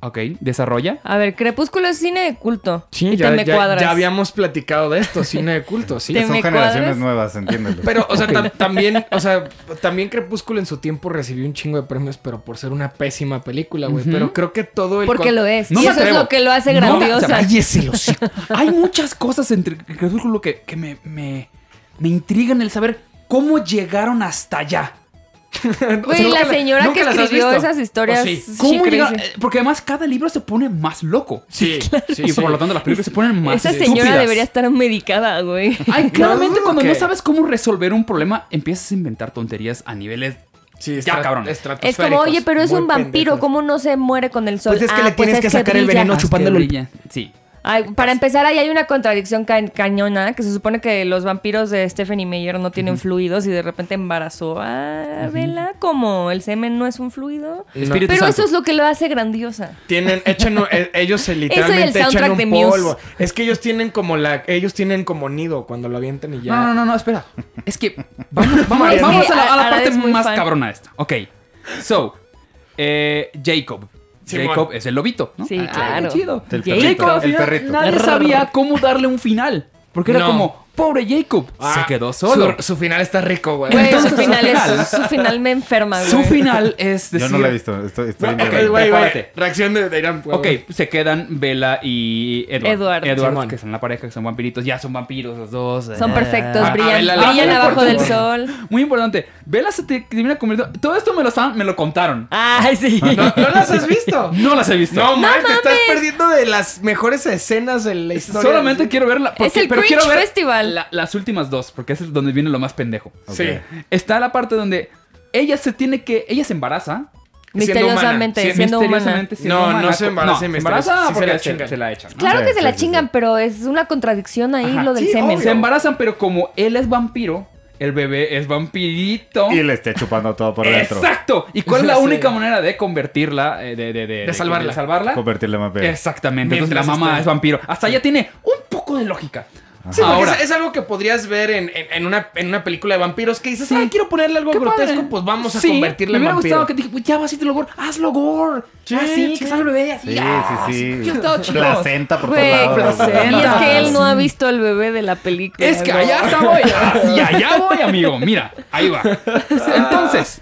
Speaker 3: Ok, desarrolla.
Speaker 1: A ver, Crepúsculo es cine de culto. y
Speaker 2: ya,
Speaker 1: te me
Speaker 2: ya-
Speaker 1: cuadras.
Speaker 2: ya habíamos platicado de esto, cine de culto, sí.
Speaker 1: Te
Speaker 4: Son
Speaker 1: me
Speaker 4: generaciones
Speaker 1: cuadras.
Speaker 4: nuevas, entiéndelo.
Speaker 2: Pero, o sea, tam- también, o sea, también Crepúsculo en su tiempo recibió un chingo de premios, pero por ser una pésima película, güey.
Speaker 3: Ujú.
Speaker 2: Pero creo que todo el...
Speaker 1: Porque
Speaker 2: con-
Speaker 1: lo es.
Speaker 3: No
Speaker 1: y
Speaker 3: me
Speaker 1: eso es
Speaker 3: atrevo.
Speaker 1: lo que lo hace
Speaker 3: No,
Speaker 1: grandiosa.
Speaker 3: o sea,
Speaker 2: Cállese el hocico.
Speaker 3: Hay muchas cosas entre Crepúsculo que, que me, me, me intrigan el saber cómo llegaron hasta allá.
Speaker 2: O sea,
Speaker 1: Güey,
Speaker 2: nunca
Speaker 1: la
Speaker 2: la-
Speaker 1: señora que
Speaker 2: nunca las has
Speaker 1: escribió
Speaker 2: visto.
Speaker 1: esas historias.
Speaker 2: Oh, sí.
Speaker 1: sí,
Speaker 3: ¿Cómo
Speaker 1: crazy.
Speaker 3: llegaron? Eh, Porque además cada libro se pone más loco.
Speaker 2: Sí, sí,
Speaker 3: y
Speaker 2: sí.
Speaker 3: por lo tanto las películas se ponen más Ah,
Speaker 1: Esa señora
Speaker 3: estúpidas.
Speaker 1: debería estar medicada, güey.
Speaker 3: Ay, claramente
Speaker 2: No,
Speaker 3: cuando
Speaker 2: que-
Speaker 3: no sabes cómo resolver un problema, empiezas a inventar tonterías a niveles.
Speaker 2: Sí,
Speaker 3: Ya,
Speaker 2: estra-
Speaker 3: cabrón.
Speaker 1: Es como, oye, pero es
Speaker 2: muy
Speaker 1: un vampiro,
Speaker 2: pendejos.
Speaker 1: ¿cómo no se muere con el sol? Ah,
Speaker 2: Pues es que le tienes que sacar el
Speaker 1: brilla.
Speaker 2: veneno No, a su- chupándolo el-
Speaker 3: Asquerilla. Sí.
Speaker 1: Ay, para empezar, ahí hay una contradicción ca- cañona, que se supone que los vampiros de Stephanie Meyer no tienen fluidos y de repente embarazó a Vela, como el semen no es un fluido.
Speaker 2: No.
Speaker 3: Espíritu
Speaker 1: Pero
Speaker 3: Santo.
Speaker 1: eso es lo que lo hace grandiosa.
Speaker 2: Tienen, echan, un- eh, ellos se literalmente
Speaker 1: soundtrack
Speaker 2: echan un
Speaker 1: de Muse.
Speaker 2: polvo. Es que ellos tienen como la, ellos tienen como nido cuando lo avientan y ya.
Speaker 3: No, no, no, no, espera. Es que vamos, vamos-
Speaker 1: Es que
Speaker 3: vamos a la, a la
Speaker 1: Ara- Ara
Speaker 3: parte
Speaker 1: es muy
Speaker 3: más
Speaker 1: fan.
Speaker 3: cabrona de esta. Ok. So, eh, Jacob.
Speaker 2: Simón.
Speaker 3: Jacob es el lobito, ¿no?
Speaker 1: Sí,
Speaker 3: Ah,
Speaker 1: claro.
Speaker 3: qué chido.
Speaker 1: Jacob,
Speaker 4: El perrito.
Speaker 3: Jacob,
Speaker 4: el
Speaker 3: ya
Speaker 4: perrito.
Speaker 3: Nadie sabía cómo darle un final. Porque era
Speaker 2: No.
Speaker 3: como, pobre Jacob.
Speaker 2: Ah,
Speaker 3: se quedó solo.
Speaker 2: Su, su final está rico, güey.
Speaker 1: Güey, su
Speaker 3: Entonces,
Speaker 1: final,
Speaker 3: su
Speaker 1: es,
Speaker 3: final.
Speaker 1: su final me enferma, güey.
Speaker 3: Su final es decir.
Speaker 4: Yo no la he visto. Estoy, estoy
Speaker 2: Ok,
Speaker 4: en
Speaker 2: güey, güey,
Speaker 3: prepárate.
Speaker 2: Reacción de, de Irán. güey.
Speaker 3: Ok, se quedan Vela y Edward.
Speaker 1: Edward.
Speaker 2: Simón.
Speaker 3: que son la pareja, que son vampiritos. Ya son vampiros los dos.
Speaker 1: Son
Speaker 3: Eh.
Speaker 1: perfectos,
Speaker 3: Ah,
Speaker 1: brillan,
Speaker 3: Bella-
Speaker 1: brillan
Speaker 3: ah,
Speaker 1: abajo
Speaker 3: por
Speaker 1: del
Speaker 3: favor.
Speaker 1: sol.
Speaker 3: Muy importante. Vela se te- termina convirtiendo. Todo esto me lo, estaban- me lo contaron.
Speaker 1: Ay, sí.
Speaker 2: ¿No, no las has visto?
Speaker 3: No las he visto.
Speaker 2: No, man, te estás perdiendo de las mejores escenas de la historia.
Speaker 3: Solamente quiero verla.
Speaker 1: es el
Speaker 3: pero
Speaker 1: Cringe
Speaker 3: quiero ver
Speaker 1: Festival.
Speaker 3: la- las últimas dos, porque es el- donde viene lo más pendejo.
Speaker 2: Sí.
Speaker 4: Ok.
Speaker 3: Está la parte donde ella se tiene que. Ella se embaraza.
Speaker 1: Misteriosamente,
Speaker 2: humana. Sí,
Speaker 1: siendo humana.
Speaker 3: misteriosamente siendo
Speaker 2: No,
Speaker 3: humana.
Speaker 2: no se embaraza
Speaker 3: se
Speaker 2: misterios-
Speaker 3: embaraza
Speaker 2: sí se
Speaker 3: porque
Speaker 2: la
Speaker 3: se se la,
Speaker 2: chingan.
Speaker 3: echan. ¿no?
Speaker 1: Claro
Speaker 4: Sí,
Speaker 1: que se
Speaker 4: sí,
Speaker 1: la
Speaker 4: sí,
Speaker 1: chingan,
Speaker 4: sí.
Speaker 1: pero es una contradicción ahí
Speaker 3: Ajá.
Speaker 1: lo del
Speaker 2: Sí,
Speaker 1: semen.
Speaker 2: obvio.
Speaker 3: Se embarazan, pero como él es vampiro, el bebé es vampirito.
Speaker 4: Y le esté chupando todo por dentro.
Speaker 3: Exacto. ¿Y cuál es la
Speaker 2: Sí.
Speaker 3: única manera de convertirla? eh, De, de, de,
Speaker 2: salvarla.
Speaker 3: de salvarla?
Speaker 4: Convertirle más peor.
Speaker 3: Exactamente. Entonces la
Speaker 2: Mientras
Speaker 3: mamá
Speaker 2: esté-
Speaker 3: es vampiro. Hasta ya tiene un poco de lógica.
Speaker 2: Sí, porque
Speaker 3: Ahora,
Speaker 2: es, es algo que podrías ver en, en- en una, en una película de vampiros que dices,
Speaker 3: Sí.
Speaker 2: ay, quiero ponerle algo
Speaker 3: qué
Speaker 2: grotesco,
Speaker 3: padre.
Speaker 2: pues vamos a
Speaker 3: Sí,
Speaker 2: convertirle
Speaker 3: Me
Speaker 2: en
Speaker 3: hubiera
Speaker 2: vampiro.
Speaker 3: gustado que te dije, pues ya vas y te lo gore. Hazlo gore.
Speaker 2: Sí,
Speaker 3: así,
Speaker 2: sí.
Speaker 3: que salga el bebé así.
Speaker 4: Sí,
Speaker 3: ah,
Speaker 4: sí, sí.
Speaker 3: Yo estaba chido.
Speaker 4: Placenta por
Speaker 1: Güey,
Speaker 4: todos lados.
Speaker 3: placenta.
Speaker 1: y es que él no ha
Speaker 3: Sí.
Speaker 1: visto el bebé de la película.
Speaker 3: Es que
Speaker 1: güey.
Speaker 3: allá está voy. Y allá voy, amigo. Mira, ahí va. Entonces,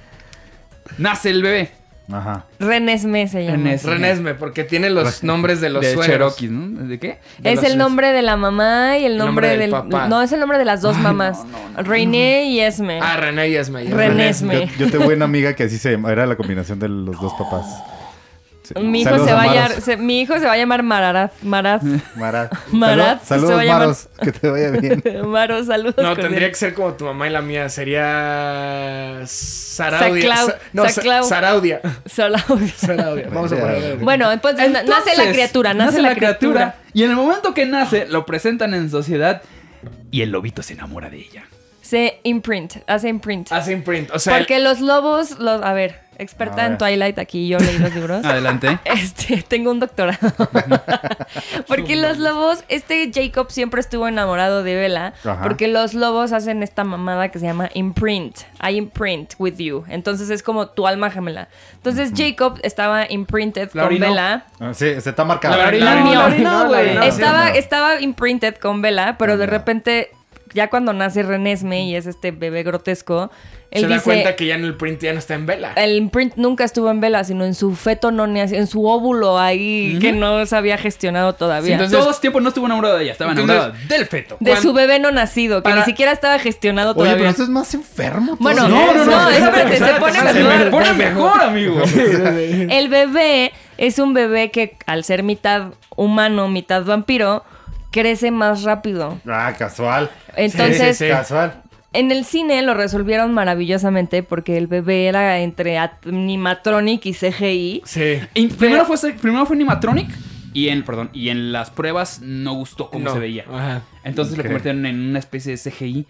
Speaker 3: nace el bebé.
Speaker 4: Ajá.
Speaker 1: Renesme se llama.
Speaker 3: Renesme.
Speaker 2: Renesme, porque tiene los nombres de los
Speaker 3: de
Speaker 2: suegros.
Speaker 3: Cherokee, ¿no? ¿De qué?
Speaker 2: de
Speaker 1: Es
Speaker 2: los
Speaker 1: el
Speaker 2: suegros.
Speaker 1: nombre de la mamá y el nombre, del,
Speaker 2: papá.
Speaker 1: No, es el nombre de las dos mamás. René y Esme.
Speaker 2: Ah, René y Esme. ya.
Speaker 1: Renesme.
Speaker 4: Yo, yo tengo una amiga que así se llama. Era la combinación de los dos papás. Sí.
Speaker 1: mi, hijo
Speaker 4: Saludos
Speaker 1: se va a
Speaker 4: Maros.
Speaker 1: llamar- se- mi hijo se va a llamar Mararaz. Maraz.
Speaker 4: Marat.
Speaker 1: Marat,
Speaker 4: Salu-
Speaker 1: se
Speaker 4: Saludos,
Speaker 1: va a llamar.
Speaker 4: Maros. Que te vaya bien.
Speaker 1: Maro, saludos.
Speaker 2: No,
Speaker 1: con
Speaker 2: tendría
Speaker 1: él.
Speaker 2: que ser como tu mamá y la mía. Sería. Saraudia.
Speaker 1: Saclau-
Speaker 2: Sa- No, Sa-
Speaker 1: Saclau.
Speaker 2: Saraudia.
Speaker 1: Solo audio.
Speaker 2: Saraudia. Vamos a ponerle.
Speaker 1: Bueno, entonces, na- nace la
Speaker 3: Entonces,
Speaker 1: criatura, nace, la criatura.
Speaker 3: Y en el momento que nace, lo presentan en sociedad y el lobito se enamora de ella.
Speaker 1: se imprint, hace imprint.
Speaker 2: Hacen print. Ah, O sea,
Speaker 1: Porque los lobos, los, a ver, experta
Speaker 4: A
Speaker 1: en
Speaker 4: ver.
Speaker 1: Twilight aquí, yo leí los libros.
Speaker 3: Adelante.
Speaker 1: Este, tengo un doctorado. porque los lobos, este Jacob siempre estuvo enamorado de Bella,
Speaker 4: Ajá.
Speaker 1: porque los lobos hacen esta mamada que se llama imprint. I imprint with you. Entonces es como tu alma gemela. Entonces Jacob estaba imprinted
Speaker 3: Laurino.
Speaker 1: con Bella.
Speaker 4: Ah, Sí, se está marcado.
Speaker 2: La
Speaker 1: La
Speaker 2: No,
Speaker 1: mía.
Speaker 2: no, no, no,
Speaker 4: güey.
Speaker 2: no,
Speaker 4: Ah,
Speaker 1: estaba,
Speaker 4: sí, no.
Speaker 1: estaba imprinted con Vela, pero de
Speaker 4: Ah.
Speaker 1: repente, ya cuando nace Renesme y es este bebé grotesco, él
Speaker 2: se da
Speaker 1: dice. Eh,
Speaker 2: cuenta que ya en el print ya no está en vela.
Speaker 1: El imprint nunca estuvo en Vela, sino en su feto no nace- en su óvulo ahí que no se había gestionado todavía.
Speaker 2: Sí, entonces-
Speaker 3: Todo este tiempo no estuvo enamorado de ella, estaba
Speaker 2: Entonces-
Speaker 3: enamorada del feto.
Speaker 1: de
Speaker 2: cuando-
Speaker 1: su bebé no nacido, que
Speaker 2: para-
Speaker 1: ni siquiera estaba gestionado
Speaker 4: Oye,
Speaker 1: todavía.
Speaker 4: pero eso es más enfermo.
Speaker 1: Bueno,
Speaker 4: todavía.
Speaker 1: no, no, no, espérate, se pone
Speaker 3: Se
Speaker 1: mejor.
Speaker 3: pone mejor, amigo.
Speaker 1: El bebé es un bebé que al ser mitad humano, mitad vampiro, crece más rápido.
Speaker 4: Ah, casual.
Speaker 1: Entonces-
Speaker 2: Sí, sí, sí.
Speaker 4: Casual.
Speaker 1: En el cine lo resolvieron maravillosamente porque el bebé era entre at- animatronic y CGI.
Speaker 2: Sí.
Speaker 3: Y primero, fue, primero fue animatronic y en, perdón, y en las pruebas no gustó cómo
Speaker 2: No.
Speaker 3: se veía.
Speaker 2: Ajá.
Speaker 3: Entonces
Speaker 4: Ok.
Speaker 3: lo convirtieron en una especie de CGI.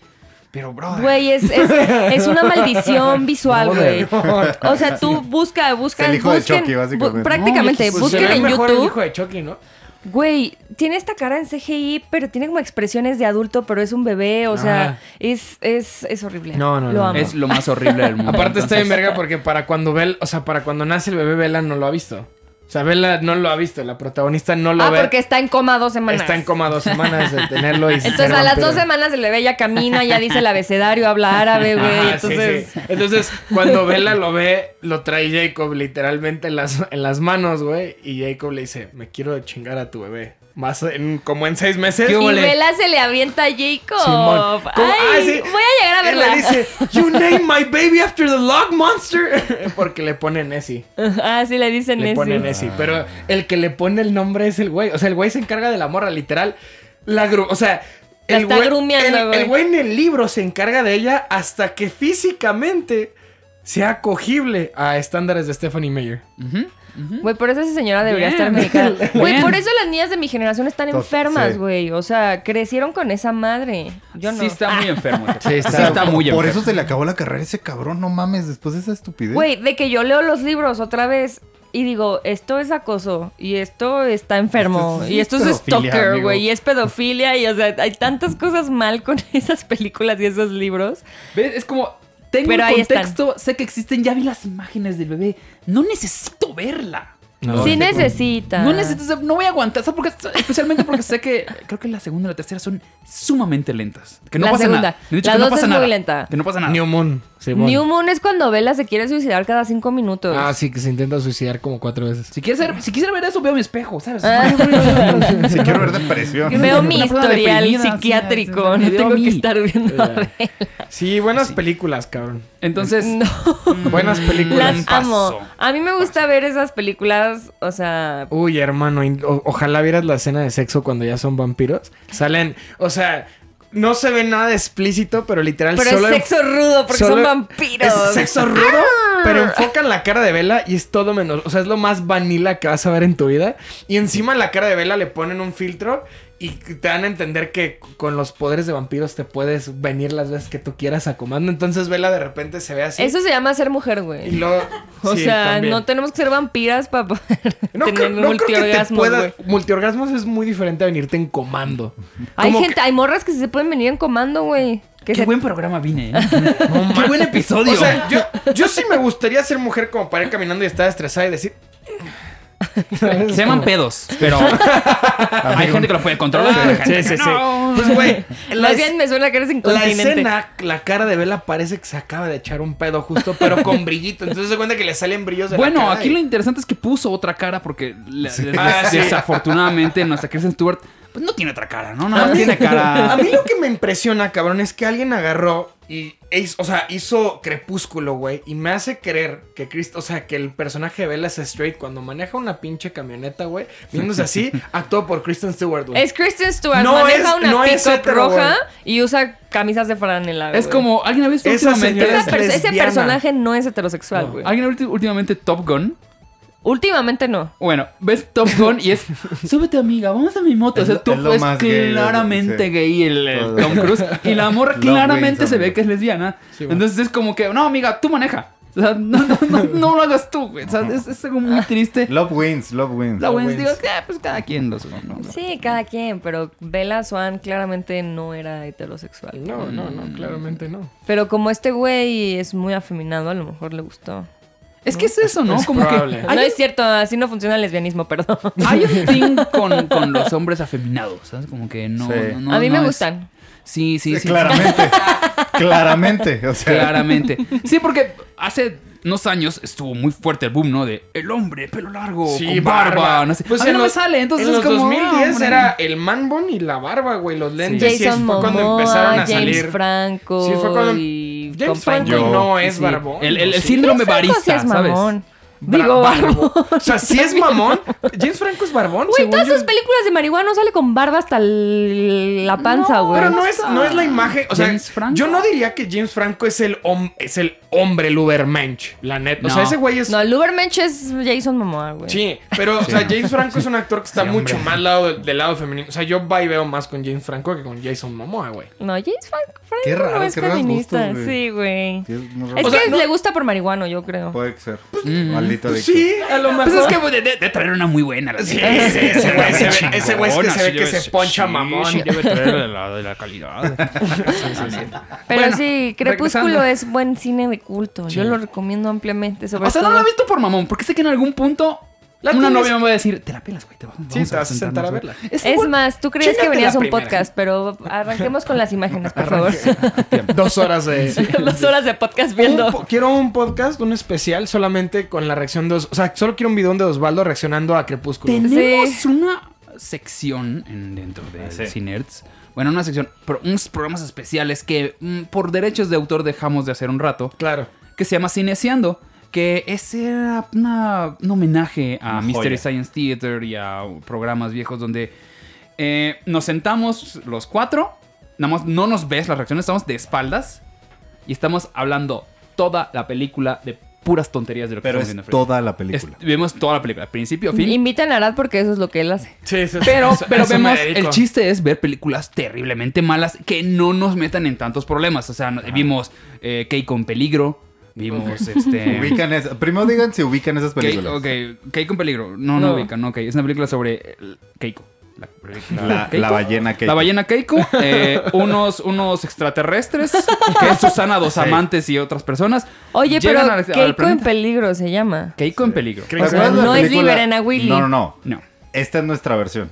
Speaker 3: Pero, bro.
Speaker 1: Güey, es, es- es una maldición visual, güey. O sea, tú busca, busca,
Speaker 4: Es el hijo de
Speaker 1: busquen-
Speaker 4: Chucky, básicamente.
Speaker 1: bu- prácticamente,
Speaker 2: Pues se
Speaker 1: busquen
Speaker 2: ve
Speaker 1: en
Speaker 2: mejor el hijo
Speaker 1: YouTube.
Speaker 2: de Chucky, ¿no?
Speaker 1: Güey, tiene esta cara en CGI, pero tiene como expresiones de adulto, pero es un bebé, o sea,
Speaker 2: Ah.
Speaker 1: es, es, es horrible.
Speaker 2: No, no,
Speaker 1: Lo
Speaker 2: no.
Speaker 1: amo.
Speaker 3: Es lo más horrible del mundo.
Speaker 2: Aparte está bien
Speaker 3: entonces-
Speaker 2: verga porque para cuando Bel, o sea, para cuando nace el bebé Vela no lo ha visto. O sea, Vela no lo ha visto, la protagonista no lo
Speaker 1: ah,
Speaker 2: ve.
Speaker 1: porque está en coma dos semanas.
Speaker 2: está en coma dos semanas de tenerlo y
Speaker 1: Entonces a las dos semanas el bebé ya camina, ya dice el abecedario, habla árabe, güey.
Speaker 2: Ajá, sí,
Speaker 1: entonces.
Speaker 2: sí. Entonces, cuando Vela lo ve, lo trae Jacob literalmente en las, en las manos, güey. Y Jacob le dice, me quiero chingar a tu bebé. Más en, como en seis meses.
Speaker 3: ¿Qué
Speaker 1: Y
Speaker 3: Ole.
Speaker 1: Vela se le avienta a Jacob.
Speaker 2: Simón. ¿Cómo?
Speaker 1: Ay,
Speaker 2: Ah, sí.
Speaker 1: voy a llegar a
Speaker 2: Él le
Speaker 1: verla.
Speaker 2: dice, you name my baby after the log monster. Porque le pone Nessie.
Speaker 1: ah, sí, le dicen
Speaker 2: Le pone
Speaker 1: eso.
Speaker 2: Nessie. Pero el que le pone el nombre es el güey. O sea, el güey se encarga de la morra, literal. La gru- O sea.
Speaker 1: La
Speaker 2: el
Speaker 1: está
Speaker 2: güey-
Speaker 1: grumeando,
Speaker 2: el-
Speaker 1: güey.
Speaker 2: El güey en el libro se encarga de ella hasta que físicamente sea acogible a estándares de Stephanie Meyer.
Speaker 3: Ujú, ujú.
Speaker 1: Güey, por eso esa señora debería
Speaker 3: Bien.
Speaker 1: estar medicada. Güey,
Speaker 3: Bien.
Speaker 1: por eso las niñas de mi generación están
Speaker 4: Tot-
Speaker 1: enfermas,
Speaker 4: sí.
Speaker 1: güey. O sea, crecieron con esa madre. Yo no.
Speaker 3: Sí está muy enfermo.
Speaker 2: Sí,
Speaker 3: Sí
Speaker 2: está-
Speaker 3: está,
Speaker 4: O sea,
Speaker 3: muy enfermo.
Speaker 4: Por eso se le acabó la carrera a ese cabrón, no mames, después de esa estupidez.
Speaker 1: Güey, de que yo leo los libros otra vez y digo, esto es acoso y esto está enfermo
Speaker 4: Esto es
Speaker 1: y esto es
Speaker 4: pedofilia,
Speaker 1: stalker,
Speaker 4: amigo.
Speaker 1: güey, y es pedofilia y o sea, hay tantas cosas mal con esas películas y esos libros.
Speaker 3: ¿Ves? Es como. Tengo
Speaker 1: Pero
Speaker 3: el
Speaker 1: ahí están.
Speaker 3: contexto, sé que existen, ya vi las imágenes del bebé. No necesito verla.
Speaker 2: No,
Speaker 1: sí
Speaker 2: te-
Speaker 1: necesita.
Speaker 3: No necesito, saber- no voy a aguantar, ¿sabes? Porque, especialmente porque sé que creo que la segunda y la tercera son sumamente lentas. Que no
Speaker 1: La
Speaker 3: pasa
Speaker 1: segunda.
Speaker 3: nada. De hecho,
Speaker 1: La
Speaker 3: que no
Speaker 1: dos
Speaker 3: pasa
Speaker 1: es muy
Speaker 3: nada.
Speaker 1: lenta.
Speaker 3: Que no pasa nada.
Speaker 2: New Moon. Simón.
Speaker 1: New Moon es cuando Vela se quiere suicidar cada cinco minutos.
Speaker 2: Ah, sí, que se intenta suicidar como cuatro veces.
Speaker 3: Si quieres ser- si quisiera ver eso, veo mi espejo, ¿sabes?
Speaker 1: Ah,
Speaker 2: Ah.
Speaker 4: Si quiero ver depresión.
Speaker 1: Veo mi
Speaker 3: Una persona
Speaker 1: historial
Speaker 3: deprimida, sí,
Speaker 1: psiquiátrico,
Speaker 3: sí, sí,
Speaker 1: no
Speaker 3: veo
Speaker 1: tengo
Speaker 3: a mí.
Speaker 1: que estar viendo. a Bella.
Speaker 2: Sí, buenas películas, cabrón.
Speaker 3: Entonces,
Speaker 1: No.
Speaker 2: Buenas películas.
Speaker 1: Mm. Las
Speaker 3: Paso.
Speaker 1: amo. A mí me gusta ver esas películas, o sea,
Speaker 2: Uy, hermano, in- o- ojalá vieras la escena de sexo cuando ya son vampiros. Salen, o sea, no se ve nada explícito, pero literal
Speaker 1: pero
Speaker 2: solo
Speaker 1: es
Speaker 2: en-
Speaker 1: sexo rudo porque
Speaker 2: solo-
Speaker 1: son vampiros.
Speaker 2: Es sexo rudo,
Speaker 1: Ah.
Speaker 2: pero enfocan la cara de Vela y es todo menos, o sea, es lo más vanilla que vas a ver en tu vida. Y encima la cara de Vela le ponen un filtro y te dan a entender que con los poderes de vampiros te puedes venir las veces que tú quieras a comando. Entonces Vela de repente se ve así.
Speaker 1: Eso se llama ser mujer,
Speaker 2: y
Speaker 1: güey.
Speaker 2: luego,
Speaker 1: O
Speaker 2: sí,
Speaker 1: sea,
Speaker 2: también.
Speaker 1: no tenemos que ser vampiras para poder
Speaker 2: No, creo-
Speaker 1: tener
Speaker 2: no creo que te
Speaker 1: multiorgasmos,
Speaker 2: puedas.
Speaker 1: güey.
Speaker 2: Multiorgasmos es muy diferente a venirte en comando.
Speaker 1: Hay
Speaker 2: Como
Speaker 1: gente, hay morras que sí se pueden venir en comando, güey. Que
Speaker 3: qué
Speaker 1: se-
Speaker 3: buen programa vine, ¿eh? qué buen
Speaker 2: que-
Speaker 3: episodio.
Speaker 2: o sea, yo, yo sí me gustaría ser mujer como para ir caminando y estar estresada y decir.
Speaker 3: se llaman pedos, pero hay gente que lo puede controlar.
Speaker 2: Ah, Sí, sí, sí.
Speaker 3: No.
Speaker 2: Pues, güey, la,
Speaker 1: Más
Speaker 2: es-
Speaker 1: bien me suena que eres
Speaker 2: la
Speaker 1: incontinente.
Speaker 2: escena, la cara de Vela parece que se acaba de echar un pedo justo, pero con brillito. Entonces se cuenta que le salen brillos de la
Speaker 3: Bueno,
Speaker 2: cara
Speaker 3: aquí
Speaker 2: y-
Speaker 3: lo interesante es que puso otra cara porque la- des-
Speaker 2: Ah, Pues, sí.
Speaker 3: desafortunadamente nuestra Kristen Stewart pues no tiene otra cara, ¿no? Nada más
Speaker 2: mí-
Speaker 3: tiene
Speaker 2: A
Speaker 3: cara.
Speaker 2: mí lo que me impresiona, cabrón, es que alguien agarró y, hizo- o sea, hizo Crepúsculo, güey, y me hace creer que Cristo, o sea, que el personaje de Bella es straight cuando maneja una pinche camioneta, güey, viéndose así, actuó por Kristen Stewart, güey.
Speaker 1: Es Kristen Stewart,
Speaker 2: No
Speaker 1: maneja
Speaker 2: es-
Speaker 1: una
Speaker 2: no es
Speaker 1: pickup
Speaker 2: hetero,
Speaker 1: roja y usa camisas de franela.
Speaker 3: Es
Speaker 1: güey.
Speaker 3: como alguien ha visto
Speaker 2: Esa
Speaker 3: últimamente
Speaker 2: señora
Speaker 1: Esa
Speaker 2: es
Speaker 1: per- ese
Speaker 2: lesbiana.
Speaker 1: personaje no es heterosexual,
Speaker 2: No.
Speaker 1: güey.
Speaker 3: alguien ha visto últimamente Top Gun
Speaker 1: Últimamente no.
Speaker 3: Bueno, ves Top Gun y es, súbete amiga, vamos a mi moto.
Speaker 4: Es
Speaker 3: o sea,
Speaker 4: lo-
Speaker 3: tú
Speaker 4: es lo
Speaker 3: ves
Speaker 4: más gay,
Speaker 3: claramente
Speaker 4: sí.
Speaker 3: gay el, el
Speaker 4: Todo.
Speaker 3: Tom Cruise. Y la morra
Speaker 4: Long
Speaker 3: claramente
Speaker 4: ways,
Speaker 3: se ve
Speaker 4: amigo.
Speaker 3: que es lesbiana.
Speaker 2: bueno.
Speaker 3: Entonces es como que, no amiga, tú maneja. O sea, no, no, no, no lo hagas tú, güey. O sea, es, es algo muy triste.
Speaker 4: Love wins, love wins.
Speaker 3: La
Speaker 2: wins.
Speaker 3: Wins digo, "Ah, pues cada quien lo suyo, ¿no?
Speaker 1: Sí, cada quien, pero Bella Swan claramente no era heterosexual.
Speaker 2: No, no, no, claramente no.
Speaker 1: Pero como este güey es muy afeminado, a lo mejor le gustó.
Speaker 3: Es que es eso, ¿no?
Speaker 2: Es
Speaker 3: como
Speaker 2: probable.
Speaker 3: que
Speaker 1: no
Speaker 3: hay,
Speaker 1: es cierto, así no funciona el lesbianismo, perdón.
Speaker 3: hay un thing con, con los hombres afeminados, ¿sabes? Como que no.
Speaker 4: Sí.
Speaker 3: no- no-
Speaker 1: a mí
Speaker 3: no
Speaker 1: me
Speaker 3: es-
Speaker 1: gustan.
Speaker 3: Sí, sí, sí. sí.
Speaker 4: claramente. claramente. O sea,
Speaker 3: Claramente. Sí, porque hace unos años estuvo muy fuerte el boom, ¿no? De el hombre, pelo largo, con barba, no sé.
Speaker 2: Pues
Speaker 3: a mí
Speaker 2: en
Speaker 3: no me
Speaker 2: los-
Speaker 3: sale, entonces
Speaker 2: en
Speaker 3: es
Speaker 2: los
Speaker 3: como...
Speaker 2: 2010
Speaker 3: ah,
Speaker 2: era
Speaker 3: hombre.
Speaker 2: el man bun y la barba, güey, los lentes. Sí,
Speaker 1: Jason
Speaker 2: fue cuando
Speaker 1: Momoa,
Speaker 2: empezaron a
Speaker 1: James
Speaker 2: salir.
Speaker 1: Franco
Speaker 2: Sí, fue cuando-
Speaker 1: y
Speaker 2: James
Speaker 1: compañía.
Speaker 2: Franco
Speaker 4: Yo-
Speaker 2: no es
Speaker 3: Sí.
Speaker 2: barbón.
Speaker 3: El, el, el
Speaker 2: Sí.
Speaker 3: síndrome
Speaker 1: Franco sí
Speaker 3: barista,
Speaker 1: es
Speaker 3: ¿sabes?
Speaker 1: mamón.
Speaker 2: Bra-
Speaker 1: Digo,
Speaker 2: barbo.
Speaker 1: barbón.
Speaker 2: O sea, sí es mamón. James Franco es barbón.
Speaker 1: Güey,
Speaker 2: según
Speaker 1: todas
Speaker 2: yo.
Speaker 1: sus películas de marihuana sale con barba hasta el- la panza, güey.
Speaker 2: Pero no es, no es la imagen. O sea,
Speaker 3: James Franco.
Speaker 2: yo no diría que James Franco es el, hom- es el hombre, el Ubermensch, la neta. O sea,
Speaker 3: No.
Speaker 2: ese güey es.
Speaker 1: No, el Ubermensch es Jason Momoa, güey.
Speaker 2: Sí, pero, o sea, James Franco es un actor que está
Speaker 3: Sí, hombre.
Speaker 2: mucho más lado del, del lado femenino. O sea, yo va y veo más con James Franco que con Jason Momoa, güey.
Speaker 1: No, James Franco, Franco
Speaker 4: Qué raro,
Speaker 1: no es
Speaker 4: qué raros
Speaker 1: feminista.
Speaker 4: gustos, güey.
Speaker 1: sí, güey.
Speaker 4: sí, es muy raro.
Speaker 1: Es
Speaker 2: O sea,
Speaker 1: que
Speaker 2: no-
Speaker 1: le gusta por marihuano, yo creo.
Speaker 4: Puede ser. Maldito
Speaker 2: Pues
Speaker 4: adicto.
Speaker 2: sí, a lo mejor.
Speaker 3: Pues es que de, de- de traer una muy buena. La
Speaker 2: Sí,
Speaker 3: neta.
Speaker 2: sí, ese güey se ve- ese güey es que se ve
Speaker 3: Sí,
Speaker 2: que
Speaker 3: debe-
Speaker 2: se poncha mamón.
Speaker 3: Sí, debe traer de la, de la calidad.
Speaker 1: Pero
Speaker 2: Bueno,
Speaker 1: sí, Crepúsculo
Speaker 2: regresando.
Speaker 1: es buen cine de culto. Yo
Speaker 2: Sí.
Speaker 1: lo recomiendo ampliamente. Sobre
Speaker 3: O sea, no
Speaker 1: todo-
Speaker 3: la he visto por mamón, porque sé que en algún punto
Speaker 2: La
Speaker 3: una
Speaker 2: tienes-
Speaker 3: novia me va a decir, te la pelas, güey, te vas, vamos
Speaker 2: te vas a sentar a
Speaker 3: sentarnos
Speaker 2: verla".
Speaker 3: Es,
Speaker 1: Es
Speaker 3: igual-
Speaker 1: más, tú creías que
Speaker 2: Chíngate
Speaker 1: venías
Speaker 2: la
Speaker 1: un
Speaker 2: primera.
Speaker 1: podcast, pero arranquemos con las imágenes, por favor.
Speaker 2: Dos horas de.
Speaker 1: Dos horas de podcast
Speaker 2: Un
Speaker 1: viendo.
Speaker 2: po- quiero un podcast, un especial solamente con la reacción de Os- O sea, solo quiero un video de Osvaldo reaccionando a Crepúsculo.
Speaker 3: Tenemos
Speaker 1: Sí.
Speaker 3: una sección en- dentro de
Speaker 4: sí.
Speaker 3: Cinerts. Bueno, una sección, pero unos programas especiales que mm, por derechos de autor dejamos de hacer un rato,
Speaker 2: Claro.
Speaker 3: que se llama Cineciando, que ese era una- un homenaje a
Speaker 4: Una
Speaker 3: Mystery
Speaker 4: joya.
Speaker 3: Science Theater y a programas viejos donde eh, nos sentamos los cuatro, nada más no nos ves las reacciones, estamos de espaldas y estamos hablando toda la película de puras tonterías de lo que
Speaker 4: Pero
Speaker 3: estamos
Speaker 4: es
Speaker 3: viendo enfrente.
Speaker 4: toda la
Speaker 3: Es-
Speaker 4: película.
Speaker 3: vemos toda la película, principio a fin.
Speaker 1: Invitan a Arad porque eso es lo que él hace.
Speaker 2: Sí, sí,
Speaker 3: Pero, pero vemos, el
Speaker 2: el chiste
Speaker 3: chiste es ver películas terriblemente malas que no nos metan en tantos problemas. O sea, no- vimos eh, Keiko en peligro, vimos este...
Speaker 4: Ubican esa- Primero digan si ubican esas películas.
Speaker 3: Keiko, ok, Keiko en peligro. No, no,
Speaker 1: No.
Speaker 3: ubica, no, ok. Es una película sobre el- Keiko. La, película-
Speaker 4: La,
Speaker 3: Keiko.
Speaker 4: la ballena que.
Speaker 3: La ballena Keiko, eh, unos, unos extraterrestres, que es Susana, dos amantes y otras personas.
Speaker 1: Oye,
Speaker 3: llegan
Speaker 1: pero
Speaker 3: al- al
Speaker 1: Keiko en
Speaker 3: planeta.
Speaker 1: peligro se llama.
Speaker 3: Keiko en peligro.
Speaker 4: ¿Te acuerdas
Speaker 1: No
Speaker 4: la
Speaker 1: es
Speaker 4: película?
Speaker 1: Liberena Willy.
Speaker 4: No, no, no.
Speaker 3: No,
Speaker 4: Esta es nuestra versión.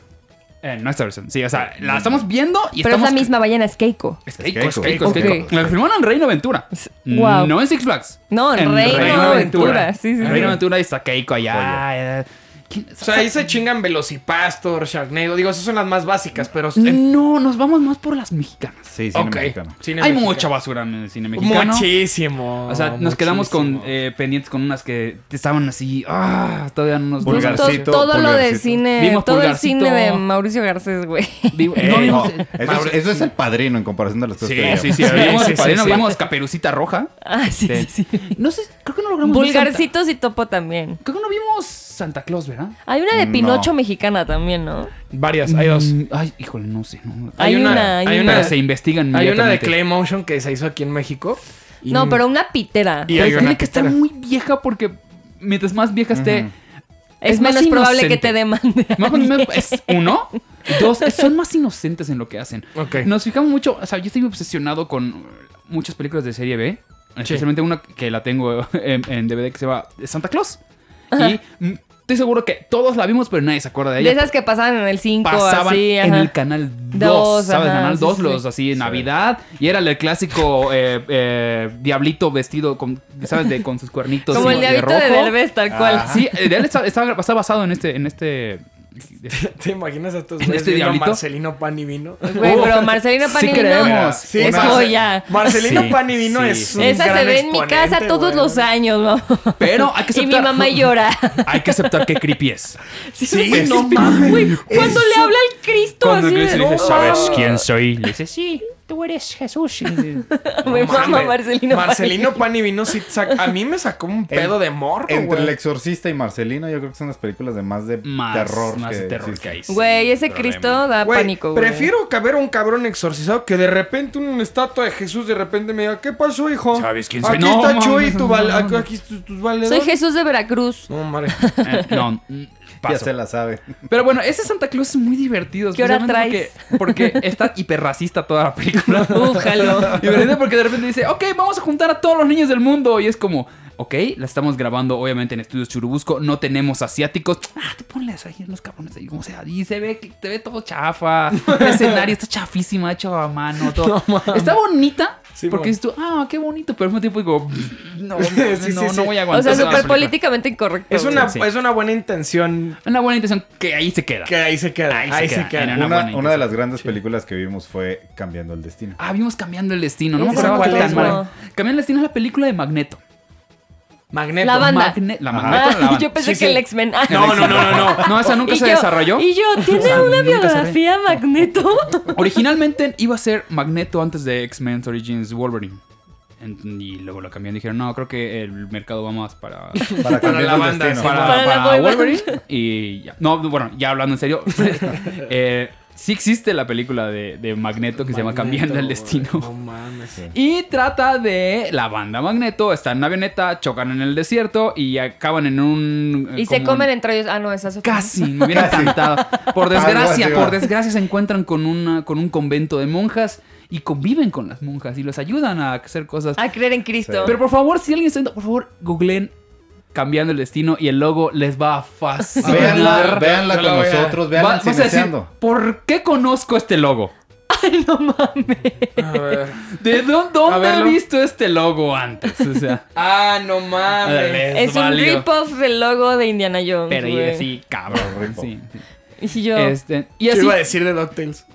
Speaker 3: eh, no esta versión. Sí, o sea, la estamos viendo y
Speaker 1: Pero es
Speaker 3: estamos...
Speaker 1: la misma ballena, es Keiko.
Speaker 3: Es Keiko, es
Speaker 4: Keiko,
Speaker 3: Keiko, es
Speaker 1: ok.
Speaker 3: Keiko. La filmaron en Reino Aventura.
Speaker 1: Wow.
Speaker 3: No en Six Flags.
Speaker 1: No, en Reino Aventura, sí, sí,
Speaker 3: En
Speaker 1: sí.
Speaker 3: Reino Aventura y está Keiko allá. eh, ¿quién-
Speaker 2: O sea, ahí se chingan Velocipastor, Sharknado. Digo, esas son las más básicas, pero. en-
Speaker 3: No, nos vamos más por las mexicanas.
Speaker 4: Sí, cine
Speaker 2: ok.
Speaker 4: mexicano.
Speaker 2: Cine
Speaker 3: Hay
Speaker 2: mexicano.
Speaker 3: mucha basura en el cine mexicano.
Speaker 2: Muchísimo.
Speaker 3: O sea, nos quedamos con
Speaker 2: muchísimo.
Speaker 3: eh, pendientes con unas que estaban así. Ah, todavía no nos
Speaker 1: Vimos
Speaker 4: Vulgarcito,
Speaker 1: todo, todo lo de
Speaker 4: vulgarcito.
Speaker 1: cine,
Speaker 3: Vimos
Speaker 1: todo
Speaker 3: Pulgarcito.
Speaker 1: el cine de Mauricio Garcés, güey.
Speaker 3: Vivo-
Speaker 2: Eh,
Speaker 3: no
Speaker 4: No,
Speaker 3: vimos-
Speaker 4: eso, es,
Speaker 2: Mauricio-
Speaker 4: eso es el padrino en comparación de los tres
Speaker 3: Sí,
Speaker 4: que vimos.
Speaker 3: sí, sí,
Speaker 2: Sí,
Speaker 3: vimos,
Speaker 2: sí,
Speaker 3: el padrino,
Speaker 2: sí, sí.
Speaker 3: vimos Caperucita Roja.
Speaker 1: Ah, sí,
Speaker 3: Sí.
Speaker 1: sí, sí.
Speaker 3: No sé, creo que no logramos. ver Santa-
Speaker 1: Vulgarcitos y topo también.
Speaker 3: Creo que no vimos Santa Claus, ¿verdad?
Speaker 1: Hay una de
Speaker 4: No.
Speaker 1: Pinocho mexicana también, ¿no?
Speaker 2: Varias, hay dos.
Speaker 3: Mm, Ay, híjole, no sé. No.
Speaker 1: Hay una, hay
Speaker 2: hay
Speaker 1: una.
Speaker 2: una,
Speaker 3: Pero se investigan
Speaker 2: hay una de
Speaker 3: inmediatamente.
Speaker 2: Claymotion que se hizo aquí en México. y-
Speaker 1: No, pero una pitera.
Speaker 2: Y
Speaker 3: Pero
Speaker 2: hay
Speaker 3: tiene
Speaker 2: una
Speaker 3: que estar
Speaker 2: pitera.
Speaker 3: muy vieja porque mientras más vieja
Speaker 4: Este,
Speaker 3: esté,
Speaker 1: Es,
Speaker 3: es más
Speaker 1: menos probable que
Speaker 3: inocente.
Speaker 1: te demande.
Speaker 3: más- más- es uno, dos, es- son más inocentes en lo que hacen.
Speaker 2: Ok.
Speaker 3: Nos fijamos mucho, o sea, yo estoy obsesionado con muchas películas de serie B, especialmente una que la tengo en, en DVD que se llama Santa Claus. Y mm, estoy seguro que todos la vimos, pero nadie se acuerda de
Speaker 1: De
Speaker 3: ella.
Speaker 1: esas que pasaban en el 5,
Speaker 3: pasaban
Speaker 1: así,
Speaker 3: en
Speaker 1: ajá.
Speaker 3: el canal 2,
Speaker 1: Dos,
Speaker 3: ¿sabes?
Speaker 1: ajá,
Speaker 3: canal
Speaker 1: sí,
Speaker 3: 2,
Speaker 1: sí.
Speaker 3: los así, Navidad. Y era el clásico eh, eh, diablito vestido con, ¿sabes? De, con sus cuernitos
Speaker 1: Como
Speaker 3: de-
Speaker 1: el
Speaker 3: de
Speaker 1: diablito de,
Speaker 3: rojo.
Speaker 1: Derbez, tal cual.
Speaker 4: Ajá.
Speaker 3: Sí, eh, de él está, está- está basado en este. En este
Speaker 2: ¿Te imaginas a estos
Speaker 3: ¿En
Speaker 2: güeyes
Speaker 3: este
Speaker 2: viendo
Speaker 3: diablito?
Speaker 2: Marcelino Pan y Vino?
Speaker 1: Güey, pero Marcelina
Speaker 3: Oh, Sí
Speaker 1: Panini
Speaker 3: queremos.
Speaker 1: no.
Speaker 4: Sí,
Speaker 1: es
Speaker 2: Marce-
Speaker 1: joya.
Speaker 2: Marcelino
Speaker 3: Sí,
Speaker 2: Pan y Vino
Speaker 3: sí,
Speaker 2: es
Speaker 3: sí.
Speaker 2: un
Speaker 1: Esa se
Speaker 2: gran
Speaker 1: ve en mi
Speaker 2: exponente,
Speaker 1: casa todos
Speaker 2: güey.
Speaker 1: los años, mamá.
Speaker 3: pero hay que
Speaker 1: Y
Speaker 3: aceptar.
Speaker 1: mi mamá llora.
Speaker 3: Hay que aceptar que creepy es.
Speaker 2: Sí,
Speaker 3: Es-
Speaker 2: no mames.
Speaker 1: Güey, cuando le habla al Cristo
Speaker 3: Cuando
Speaker 1: así
Speaker 3: Chris
Speaker 1: de-
Speaker 3: le dice,
Speaker 1: ¡Oh!
Speaker 3: ¿sabes quién soy? Le dice, sí,
Speaker 5: tú eres Jesús. Y-
Speaker 1: Me
Speaker 2: No mames.
Speaker 1: mama Marcelino.
Speaker 2: Marcelino Pan y Vino sí sac- a mí me sacó un pedo de morro,
Speaker 4: Entre
Speaker 2: güey.
Speaker 4: El Exorcista y Marcelino, yo creo que son las películas de más de
Speaker 3: Más
Speaker 4: terror.
Speaker 3: más de terror que
Speaker 4: existen.
Speaker 3: hay. sí,
Speaker 1: Güey, ese
Speaker 3: problema.
Speaker 1: Cristo da
Speaker 2: Güey,
Speaker 1: pánico, güey.
Speaker 2: Prefiero que ver un cabrón exorcizado que de repente una estatua de Jesús de repente me diga, ¿qué pasó, hijo?
Speaker 3: ¿Sabes quién soy?
Speaker 2: Aquí
Speaker 3: No,
Speaker 2: está
Speaker 3: mames,
Speaker 2: Chuy, tu
Speaker 3: no,
Speaker 2: val-
Speaker 3: no, no.
Speaker 2: aquí tus, tus valedores.
Speaker 1: Soy Jesús de Veracruz.
Speaker 2: No, madre.
Speaker 3: Eh, no, mm,
Speaker 4: Ya
Speaker 3: paso.
Speaker 4: se la sabe.
Speaker 3: Pero bueno, ese Santa Claus es muy divertido.
Speaker 1: ¿Qué hora
Speaker 3: especialmente Porque, porque está hiperracista toda la película.
Speaker 1: Újalo.
Speaker 3: Divertido porque de repente dice, ok, vamos a juntar a todos los niños del mundo. Y es como, ok, la estamos grabando obviamente en estudios Churubusco, no tenemos asiáticos. Ah, tú ponles ahí los cabrones ahí, como sea. Y se ve, que- te ve todo chafa. El escenario está chafísima, hecho a mano, todo. está bonita.
Speaker 2: Sí,
Speaker 3: porque
Speaker 2: bueno.
Speaker 3: dices tú, ah, qué bonito, pero al mismo tiempo digo, "Mm, no, no,
Speaker 2: Sí, sí,
Speaker 3: no,
Speaker 2: sí.
Speaker 3: no voy a
Speaker 1: O
Speaker 3: aguantar.
Speaker 1: sea,
Speaker 3: la
Speaker 1: súper
Speaker 3: película.
Speaker 1: políticamente incorrecto.
Speaker 2: Es
Speaker 1: güey.
Speaker 2: una,
Speaker 3: Sí.
Speaker 2: es una buena intención
Speaker 3: Una buena intención que ahí se queda.
Speaker 2: que ahí se queda. Ahí, se, queda.
Speaker 3: Era una buena
Speaker 4: Una, una de
Speaker 3: intención.
Speaker 4: las grandes películas que vimos fue Cambiando el Destino.
Speaker 3: Ah, vimos Cambiando el Destino. No me
Speaker 1: Esa
Speaker 3: acordaba que
Speaker 2: cuál
Speaker 3: tan
Speaker 2: es,
Speaker 3: mal.
Speaker 1: no.
Speaker 3: Cambiando el Destino es la película de Magneto.
Speaker 2: Magneto.
Speaker 1: La banda.
Speaker 3: Magne- la
Speaker 4: Ajá.
Speaker 3: Magneto. la
Speaker 1: Ah,
Speaker 3: banda.
Speaker 1: yo pensé
Speaker 2: Sí,
Speaker 1: que
Speaker 2: sí.
Speaker 1: el X-Men. Ah,
Speaker 2: No, no, no, no, no.
Speaker 3: No, esa nunca
Speaker 1: Y
Speaker 3: se
Speaker 1: yo-
Speaker 3: desarrolló.
Speaker 1: Y yo, ¿tiene
Speaker 3: O sea,
Speaker 1: una
Speaker 3: nunca se ve.
Speaker 1: biografía Magneto?
Speaker 3: Originalmente iba a ser Magneto antes de X-Men Origins Wolverine. En- Y luego lo cambiaron. Dijeron, no, creo que el mercado va más para,
Speaker 4: Para Cambiando
Speaker 2: la
Speaker 4: el
Speaker 2: banda,
Speaker 4: Destino.
Speaker 3: para,
Speaker 1: Para la
Speaker 3: para
Speaker 1: boy band.
Speaker 3: Wolverine. Y ya. No, bueno, ya hablando en serio. eh, sí existe la película de, de Magneto que se llama Cambiando el Destino.
Speaker 2: No mames.
Speaker 3: Y trata de la banda Magneto. Están en una avioneta, chocan en el desierto y acaban en un. eh,
Speaker 1: Y se
Speaker 3: como
Speaker 1: comen
Speaker 3: un-
Speaker 1: entre ellos. Ah, no, esas otra.
Speaker 3: Casi, me hubiera encantado. Por
Speaker 4: Algo
Speaker 3: desgracia,
Speaker 4: así,
Speaker 3: por
Speaker 4: va.
Speaker 3: desgracia se encuentran con, una, con un convento de monjas y conviven con las monjas y los ayudan a hacer cosas.
Speaker 1: A creer en Cristo.
Speaker 3: Pero por favor, si alguien está viendo, por favor, googleen cambiando el destino y el logo les va a
Speaker 4: Véanla,
Speaker 3: fascinar.
Speaker 4: véanla
Speaker 2: Yo
Speaker 4: con
Speaker 2: la voy a-
Speaker 4: nosotros,
Speaker 3: Va-
Speaker 4: véanla
Speaker 3: vas a decir,
Speaker 4: cineseando.
Speaker 3: ¿por qué conozco este logo?
Speaker 1: Ay, no mames.
Speaker 2: A ver.
Speaker 3: ¿De dó-
Speaker 2: A
Speaker 3: dónde he
Speaker 2: verlo.
Speaker 3: visto este logo antes? O sea,
Speaker 2: Ah, no mames.
Speaker 3: les
Speaker 1: Es un
Speaker 3: valió.
Speaker 1: rip-off del logo de Indiana Jones.
Speaker 3: Pero y
Speaker 1: güey.
Speaker 3: así, cabrón.
Speaker 4: Ripo.
Speaker 3: sí.
Speaker 1: Y yo.
Speaker 3: Este, y
Speaker 2: ¿Qué
Speaker 3: así,
Speaker 2: iba a decir de DuckTales?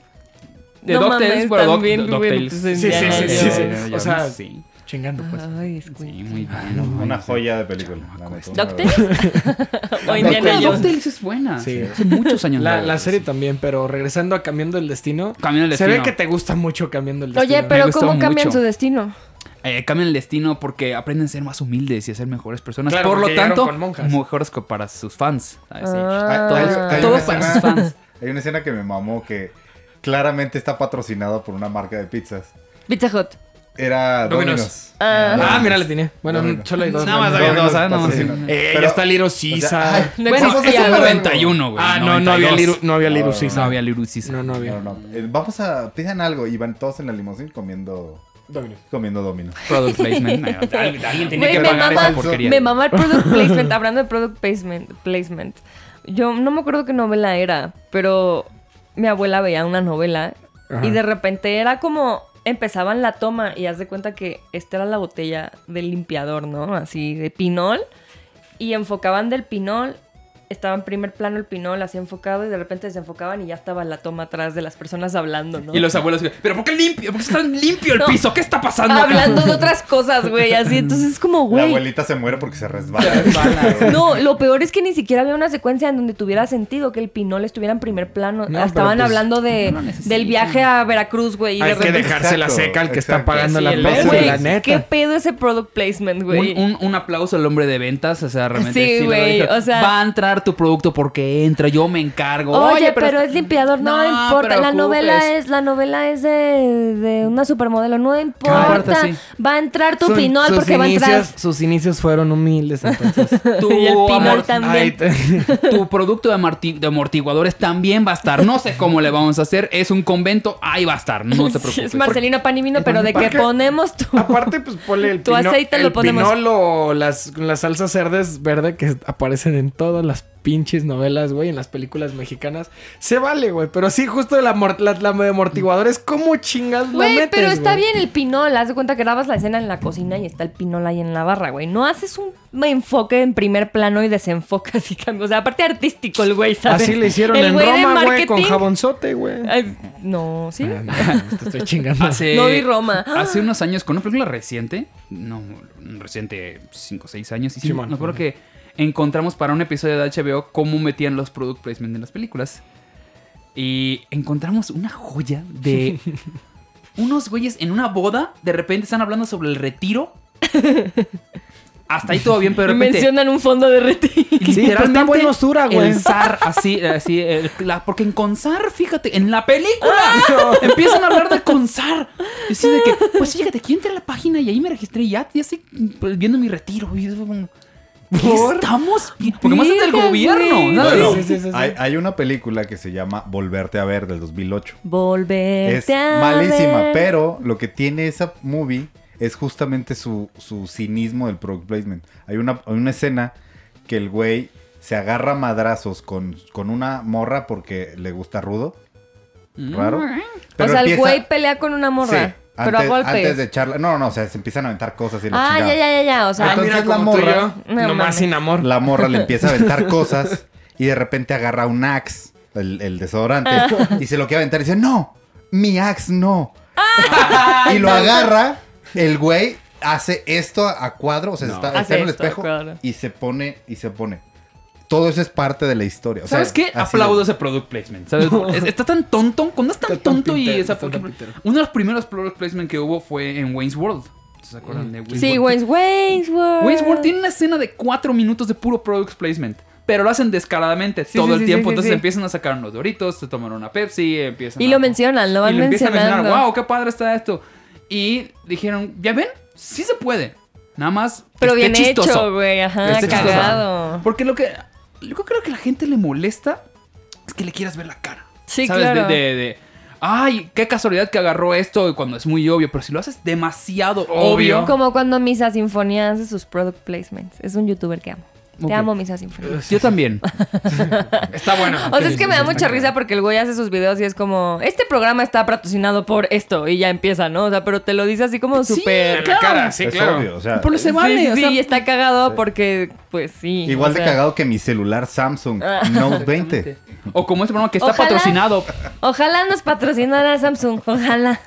Speaker 3: de
Speaker 1: No
Speaker 3: DuckTales,
Speaker 1: mames,
Speaker 3: bueno, Doc-
Speaker 1: también, pues,
Speaker 3: Doc-
Speaker 1: güey,
Speaker 3: DuckTales.
Speaker 1: entonces
Speaker 2: Sí, sí, sí, sí, sí.
Speaker 3: Ya, ya, ya,
Speaker 2: O sea,
Speaker 3: sí.
Speaker 2: Chingando, pues.
Speaker 3: Ah.
Speaker 1: Ay, es
Speaker 3: Sí,
Speaker 1: güey.
Speaker 3: muy
Speaker 2: Ah,
Speaker 3: bien. no
Speaker 4: Una
Speaker 3: mames.
Speaker 4: joya de película. la
Speaker 3: este.
Speaker 4: neta, una
Speaker 1: ¿Doctor? o
Speaker 3: La película
Speaker 1: Indiana
Speaker 3: de
Speaker 1: Jones.
Speaker 3: DuckTales es buena.
Speaker 2: Sí.
Speaker 3: Hace muchos años.
Speaker 2: La,
Speaker 3: de
Speaker 2: la
Speaker 3: DuckTales.
Speaker 2: serie también, pero regresando a Cambiando el Destino.
Speaker 3: Cambiando el
Speaker 2: Se ve
Speaker 3: Destino.
Speaker 2: que te gusta mucho Cambiando el Destino.
Speaker 1: Oye, pero
Speaker 3: gustó
Speaker 1: ¿cómo cambian
Speaker 3: mucho.
Speaker 1: su destino?
Speaker 3: Eh, cambian el destino porque aprenden a ser más humildes y a ser mejores personas.
Speaker 2: Claro,
Speaker 3: Por lo
Speaker 2: porque llegaron
Speaker 3: tanto,
Speaker 2: con monjas.
Speaker 3: mejores co- para sus fans. ¿sabes? Sí.
Speaker 1: Ah.
Speaker 4: Hay- hay-
Speaker 3: Todo-
Speaker 4: hay
Speaker 3: todo
Speaker 4: una
Speaker 3: para
Speaker 4: escena-
Speaker 3: sus fans.
Speaker 4: Hay una escena que me mamó que claramente está patrocinada por una marca de pizzas.
Speaker 1: Pizza Hut.
Speaker 4: Era
Speaker 2: Domino's.
Speaker 4: Domino's.
Speaker 2: Ah, mira, la tenía. Bueno,
Speaker 4: No, no.
Speaker 2: solo hay dos.
Speaker 3: Nada más
Speaker 2: Bueno,
Speaker 3: había
Speaker 2: no,
Speaker 3: dos, ¿sabes?
Speaker 4: Domino's
Speaker 3: No, sí.
Speaker 4: patrocina.
Speaker 2: Eh,
Speaker 4: Pero-
Speaker 2: ya está Little
Speaker 4: o sea,
Speaker 2: Caesar.
Speaker 4: ay,
Speaker 1: No
Speaker 3: Bueno,
Speaker 1: existía,
Speaker 3: es el
Speaker 1: güey.
Speaker 3: 91, güey.
Speaker 2: Ah, no, no había
Speaker 3: 92.
Speaker 2: Little, no había Little
Speaker 4: No,
Speaker 3: No
Speaker 2: Caesar.
Speaker 3: había Little Caesar.
Speaker 2: No, no
Speaker 4: No,
Speaker 2: había.
Speaker 4: no. Eh, Vamos a pidan algo y van todos en la limusín comiendo comiendo Domino's.
Speaker 3: Product placement. No, al- alguien tenía
Speaker 1: Güey,
Speaker 3: que
Speaker 1: me
Speaker 3: pagar
Speaker 1: mama-
Speaker 3: esa porquería.
Speaker 1: Me mamá el product placement. Hablando de product placement, placement. Yo no me acuerdo qué novela era, pero mi abuela veía una novela
Speaker 2: Ajá.
Speaker 1: y de repente era como empezaban la toma y haz de cuenta que esta era la botella del limpiador, ¿no? Así de pinol y enfocaban del pinol. Estaba en primer plano el pinol así enfocado y de repente desenfocaban y ya estaba la toma atrás de las personas hablando, ¿no?
Speaker 3: Y los abuelos, pero ¿por qué limpio? ¿Por qué está tan limpio el
Speaker 1: No.
Speaker 3: piso? ¿Qué está pasando? acá?
Speaker 1: Hablando de otras cosas, güey, así. Entonces es como,
Speaker 4: La
Speaker 1: güey.
Speaker 4: abuelita se muere porque se resbala.
Speaker 1: No, lo peor es que ni siquiera había una secuencia en donde tuviera sentido que el pinol estuviera en primer plano.
Speaker 2: No,
Speaker 1: Estaban
Speaker 2: pero pues,
Speaker 1: hablando de,
Speaker 3: no lo necesitan.
Speaker 1: del viaje a Veracruz, güey. y de
Speaker 2: Hay que
Speaker 1: repente-
Speaker 2: dejársela
Speaker 4: Exacto,
Speaker 2: seca al que está
Speaker 4: exacto.
Speaker 2: pagando
Speaker 4: Sí,
Speaker 2: la
Speaker 4: el
Speaker 2: pizza,
Speaker 4: verde.
Speaker 1: Güey,
Speaker 2: la neta.
Speaker 1: ¿Qué pedo ese product placement, güey?
Speaker 3: Un, un- un aplauso al hombre de ventas, o sea, realmente.
Speaker 1: Sí,
Speaker 3: lo
Speaker 1: güey,
Speaker 3: dijo.
Speaker 1: o sea-
Speaker 3: Va a entrar tu producto porque entra, yo me encargo.
Speaker 1: Oye, pero, es limpiador, no, importa. La
Speaker 3: preocupes.
Speaker 1: novela es, la novela es de, de una supermodelo, no
Speaker 3: importa,
Speaker 1: importa.
Speaker 3: sí.
Speaker 1: Va a entrar tu
Speaker 2: Su-
Speaker 1: pinol
Speaker 2: sus
Speaker 1: porque va a
Speaker 2: inicios-
Speaker 1: entrar.
Speaker 2: Sus inicios fueron humildes, entonces.
Speaker 3: Tu,
Speaker 1: Y el pinol
Speaker 3: amor-
Speaker 1: también.
Speaker 2: Ay, te-
Speaker 3: tu producto de, amorti- de amortiguadores también va a estar. No sé cómo le vamos a hacer. Es un convento, ahí va a estar. No te
Speaker 1: Sí, es
Speaker 3: preocupes.
Speaker 1: Marcelino Panivino, pero de que
Speaker 2: Porque-
Speaker 1: ponemos tu.
Speaker 2: Aparte, pues ponle el
Speaker 1: Tu
Speaker 2: pino-
Speaker 1: aceite
Speaker 2: el
Speaker 1: lo ponemos.
Speaker 2: pinol o las, las salsas verdes verde que aparecen en todas las pinches novelas, güey, en las películas mexicanas. Se vale, güey, pero sí, justo la, mor- la, la de amortiguadores, ¿cómo chingas lo
Speaker 1: Güey,
Speaker 2: metes,
Speaker 1: pero está
Speaker 2: güey?
Speaker 1: bien el pinol. Haz de cuenta que grabas la escena en la cocina y está el pinol ahí en la barra, güey. No haces un enfoque en primer plano y desenfocas y cambias. O sea, aparte artístico el güey, ¿sabes?
Speaker 2: Así le hicieron
Speaker 1: El
Speaker 2: en
Speaker 1: güey de
Speaker 2: Roma, güey, con
Speaker 1: marketing.
Speaker 2: jabonzote, güey.
Speaker 1: Ay, no, ¿sí?
Speaker 2: Ah, no, te estoy chingando.
Speaker 3: Hace-
Speaker 1: No vi Roma.
Speaker 3: Hace unos años, con una película reciente, no, reciente, 5 o 6 años, hicimos,
Speaker 2: Simón.
Speaker 3: me acuerdo que encontramos para un episodio de HBO cómo metían los product placement en las películas. Y encontramos una joya de unos güeyes en una boda de repente están hablando sobre el retiro. Hasta ahí todo bien, pero de repente.
Speaker 1: Mencionan un fondo de retiro.
Speaker 3: Literalmente,
Speaker 2: pero está bueno Sura, güey.
Speaker 3: El zar, así, así. el- la- porque en Consar, fíjate, en la película empiezan a hablar de Consar. Y así de que, pues fíjate, que yo entré a la página y ahí me registré y ya, ya estoy pues, viendo mi retiro. Y eso fue como, ¿qué estamos? vi- Porque más es del
Speaker 1: Verga,
Speaker 3: gobierno.
Speaker 1: güey.
Speaker 3: nada de-
Speaker 2: Sí,
Speaker 4: Bueno,
Speaker 2: sí, sí, sí.
Speaker 4: Hay, hay una película que se llama Volverte a ver del 2008.
Speaker 1: Volverte
Speaker 4: Es
Speaker 1: Este, a
Speaker 4: malísima,
Speaker 1: ver.
Speaker 4: pero lo que tiene esa movie es justamente su, su cinismo del product placement. Hay una, hay una escena que el güey se agarra a madrazos con, con una morra porque le gusta rudo. Raro.
Speaker 1: o sea, el
Speaker 4: empieza-
Speaker 1: güey pelea con una morra.
Speaker 4: Sí,
Speaker 1: pero a
Speaker 4: antes,
Speaker 1: golpes.
Speaker 4: antes de echarla. No, no, o sea, se empiezan a aventar cosas y la
Speaker 1: ah,
Speaker 4: chingada.
Speaker 1: ya, ya, ya, ya. O sea,
Speaker 2: Ah,
Speaker 4: Entonces,
Speaker 2: mira,
Speaker 4: la
Speaker 2: como tú y
Speaker 4: morra-
Speaker 1: No
Speaker 2: yo, nomás
Speaker 1: mames.
Speaker 2: sin amor.
Speaker 4: La morra le empieza a aventar cosas y de repente agarra un axe, el, el desodorante, y se lo quiere aventar y dice, no, mi axe no. y lo agarra, el güey hace esto a cuadro, o sea, está, está
Speaker 1: Hace
Speaker 4: en el
Speaker 1: esto a
Speaker 4: espejo
Speaker 1: cuadro.
Speaker 4: y se pone, y se pone. Todo eso es parte de la historia. o sea,
Speaker 3: ¿Sabes qué?
Speaker 4: así
Speaker 3: Aplaudo
Speaker 4: de-
Speaker 3: ese product placement. ¿sabes? Es- Está tan tonto. Cuando es tan
Speaker 2: Está tan
Speaker 3: tonto y
Speaker 2: pintero,
Speaker 3: esa
Speaker 2: está tan
Speaker 3: porque-
Speaker 2: pintero.
Speaker 3: Uno de los primeros product placement que hubo fue en Wayne's World. ¿Se acuerdan de Wayne's
Speaker 1: Sí,
Speaker 3: World?
Speaker 1: Wayne's, Wayne's World.
Speaker 3: Wayne's World tiene una escena de cuatro minutos de puro product placement. Pero lo hacen descaradamente
Speaker 1: Sí,
Speaker 3: todo
Speaker 1: sí,
Speaker 3: el
Speaker 1: sí,
Speaker 3: tiempo.
Speaker 1: sí, sí,
Speaker 3: Entonces
Speaker 1: sí.
Speaker 3: empiezan a sacar unos doritos, se toman una Pepsi, empiezan
Speaker 1: Y
Speaker 3: a-
Speaker 1: lo mencionan, lo van
Speaker 3: y empiezan
Speaker 1: mencionando.
Speaker 3: a mencionar, wow, qué padre está esto. Y dijeron, ¿ya ven? Sí se puede. Nada más. que
Speaker 1: Pero
Speaker 3: esté
Speaker 1: bien
Speaker 3: chistoso.
Speaker 1: hecho, güey. Ajá,
Speaker 3: Este chistoso.
Speaker 1: cagado.
Speaker 3: Porque lo que. Yo creo que la gente le molesta es que le quieras ver la cara.
Speaker 1: Sí,
Speaker 3: ¿Sabes?
Speaker 1: claro.
Speaker 3: De, de- de, Ay, qué casualidad que agarró esto cuando es muy obvio. Pero si lo haces demasiado obvio.
Speaker 2: Obvio.
Speaker 1: Como cuando Misa Sinfonía hace sus product placements. Es un youtuber que amo.
Speaker 3: Ok.
Speaker 1: Te amo, Misa Sinfonía.
Speaker 3: Yo también.
Speaker 2: Está bueno.
Speaker 1: O sea, es que me da mucha risa porque el güey hace sus videos y es como, este programa está patrocinado por esto y ya empieza, ¿no? O sea, pero te lo dice así como
Speaker 3: Sí,
Speaker 1: súper...
Speaker 2: En la cara, sí,
Speaker 4: Es
Speaker 2: claro.
Speaker 4: obvio, o sea,
Speaker 3: Por se
Speaker 1: Sí,
Speaker 3: vale.
Speaker 1: sí,
Speaker 3: o sea,
Speaker 1: y está cagado porque, pues sí.
Speaker 4: igual
Speaker 1: o
Speaker 4: de
Speaker 1: sea,
Speaker 4: cagado que mi celular Samsung Note 20.
Speaker 3: O como este programa que está
Speaker 1: Ojalá.
Speaker 3: patrocinado.
Speaker 1: Ojalá nos patrocinara Samsung, ojalá.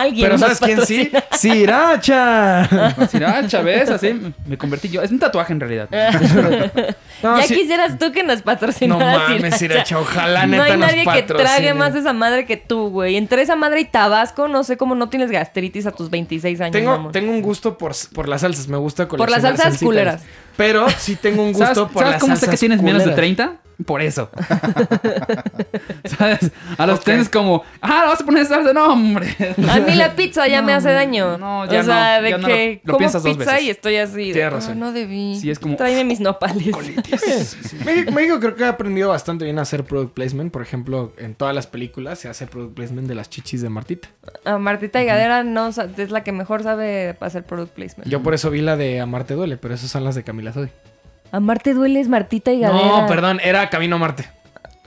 Speaker 1: Alguien
Speaker 2: Pero
Speaker 1: nos
Speaker 2: ¿sabes quién sí? ¡Siracha!
Speaker 3: Así, ah, Chávez, así me convertí yo. Es un tatuaje en realidad.
Speaker 2: Eh, No,
Speaker 1: ya
Speaker 2: sí-
Speaker 1: quisieras tú que nos
Speaker 2: No
Speaker 1: patrocinara
Speaker 2: mames, Siracha. Ojalá
Speaker 1: No
Speaker 2: neta
Speaker 1: hay
Speaker 2: nos
Speaker 1: nadie que
Speaker 2: patrocine.
Speaker 1: trague más esa madre que tú, güey. Entre esa madre y Tabasco, no sé cómo no tienes gastritis a tus 26 años.
Speaker 2: Tengo,
Speaker 1: mamón.
Speaker 2: tengo un gusto por, por las salsas. Me gusta
Speaker 1: las
Speaker 2: coleccionar
Speaker 1: salsas
Speaker 2: salsitas.
Speaker 1: culeras.
Speaker 2: Pero sí tengo un gusto
Speaker 3: ¿Sabes,
Speaker 2: por
Speaker 3: ¿sabes
Speaker 2: las
Speaker 3: cómo sé
Speaker 2: salsas
Speaker 3: que tienes menos de
Speaker 2: culeras.
Speaker 3: 30? Por eso. ¿Sabes? A los
Speaker 2: Ok.
Speaker 3: tienes como, ah, lo vas a poner salsa. No, hombre.
Speaker 1: A mí la pizza ya me hace daño.
Speaker 3: no, ya
Speaker 1: o sea,
Speaker 3: no,
Speaker 1: de
Speaker 3: ya no
Speaker 1: que
Speaker 3: lo- lo
Speaker 1: como
Speaker 3: piensas dos
Speaker 1: pizza
Speaker 3: veces.
Speaker 1: y estoy así. de,
Speaker 2: Tienes
Speaker 1: "Ah,
Speaker 2: razón.
Speaker 1: no debí.
Speaker 3: Sí, es como-
Speaker 1: Tráeme mis nopales.
Speaker 2: México, México creo que ha aprendido bastante bien a hacer product placement. Por ejemplo, en todas las películas se hace product placement de las chichis de Martita.
Speaker 1: A Martita Higadera no sa- es la que mejor sabe hacer product placement.
Speaker 2: Yo por eso vi la de Amarte duele, pero esas son las de Camila Sodi.
Speaker 1: A Marte duele es Martita Higadera.
Speaker 2: No, perdón, era Camino a Marte.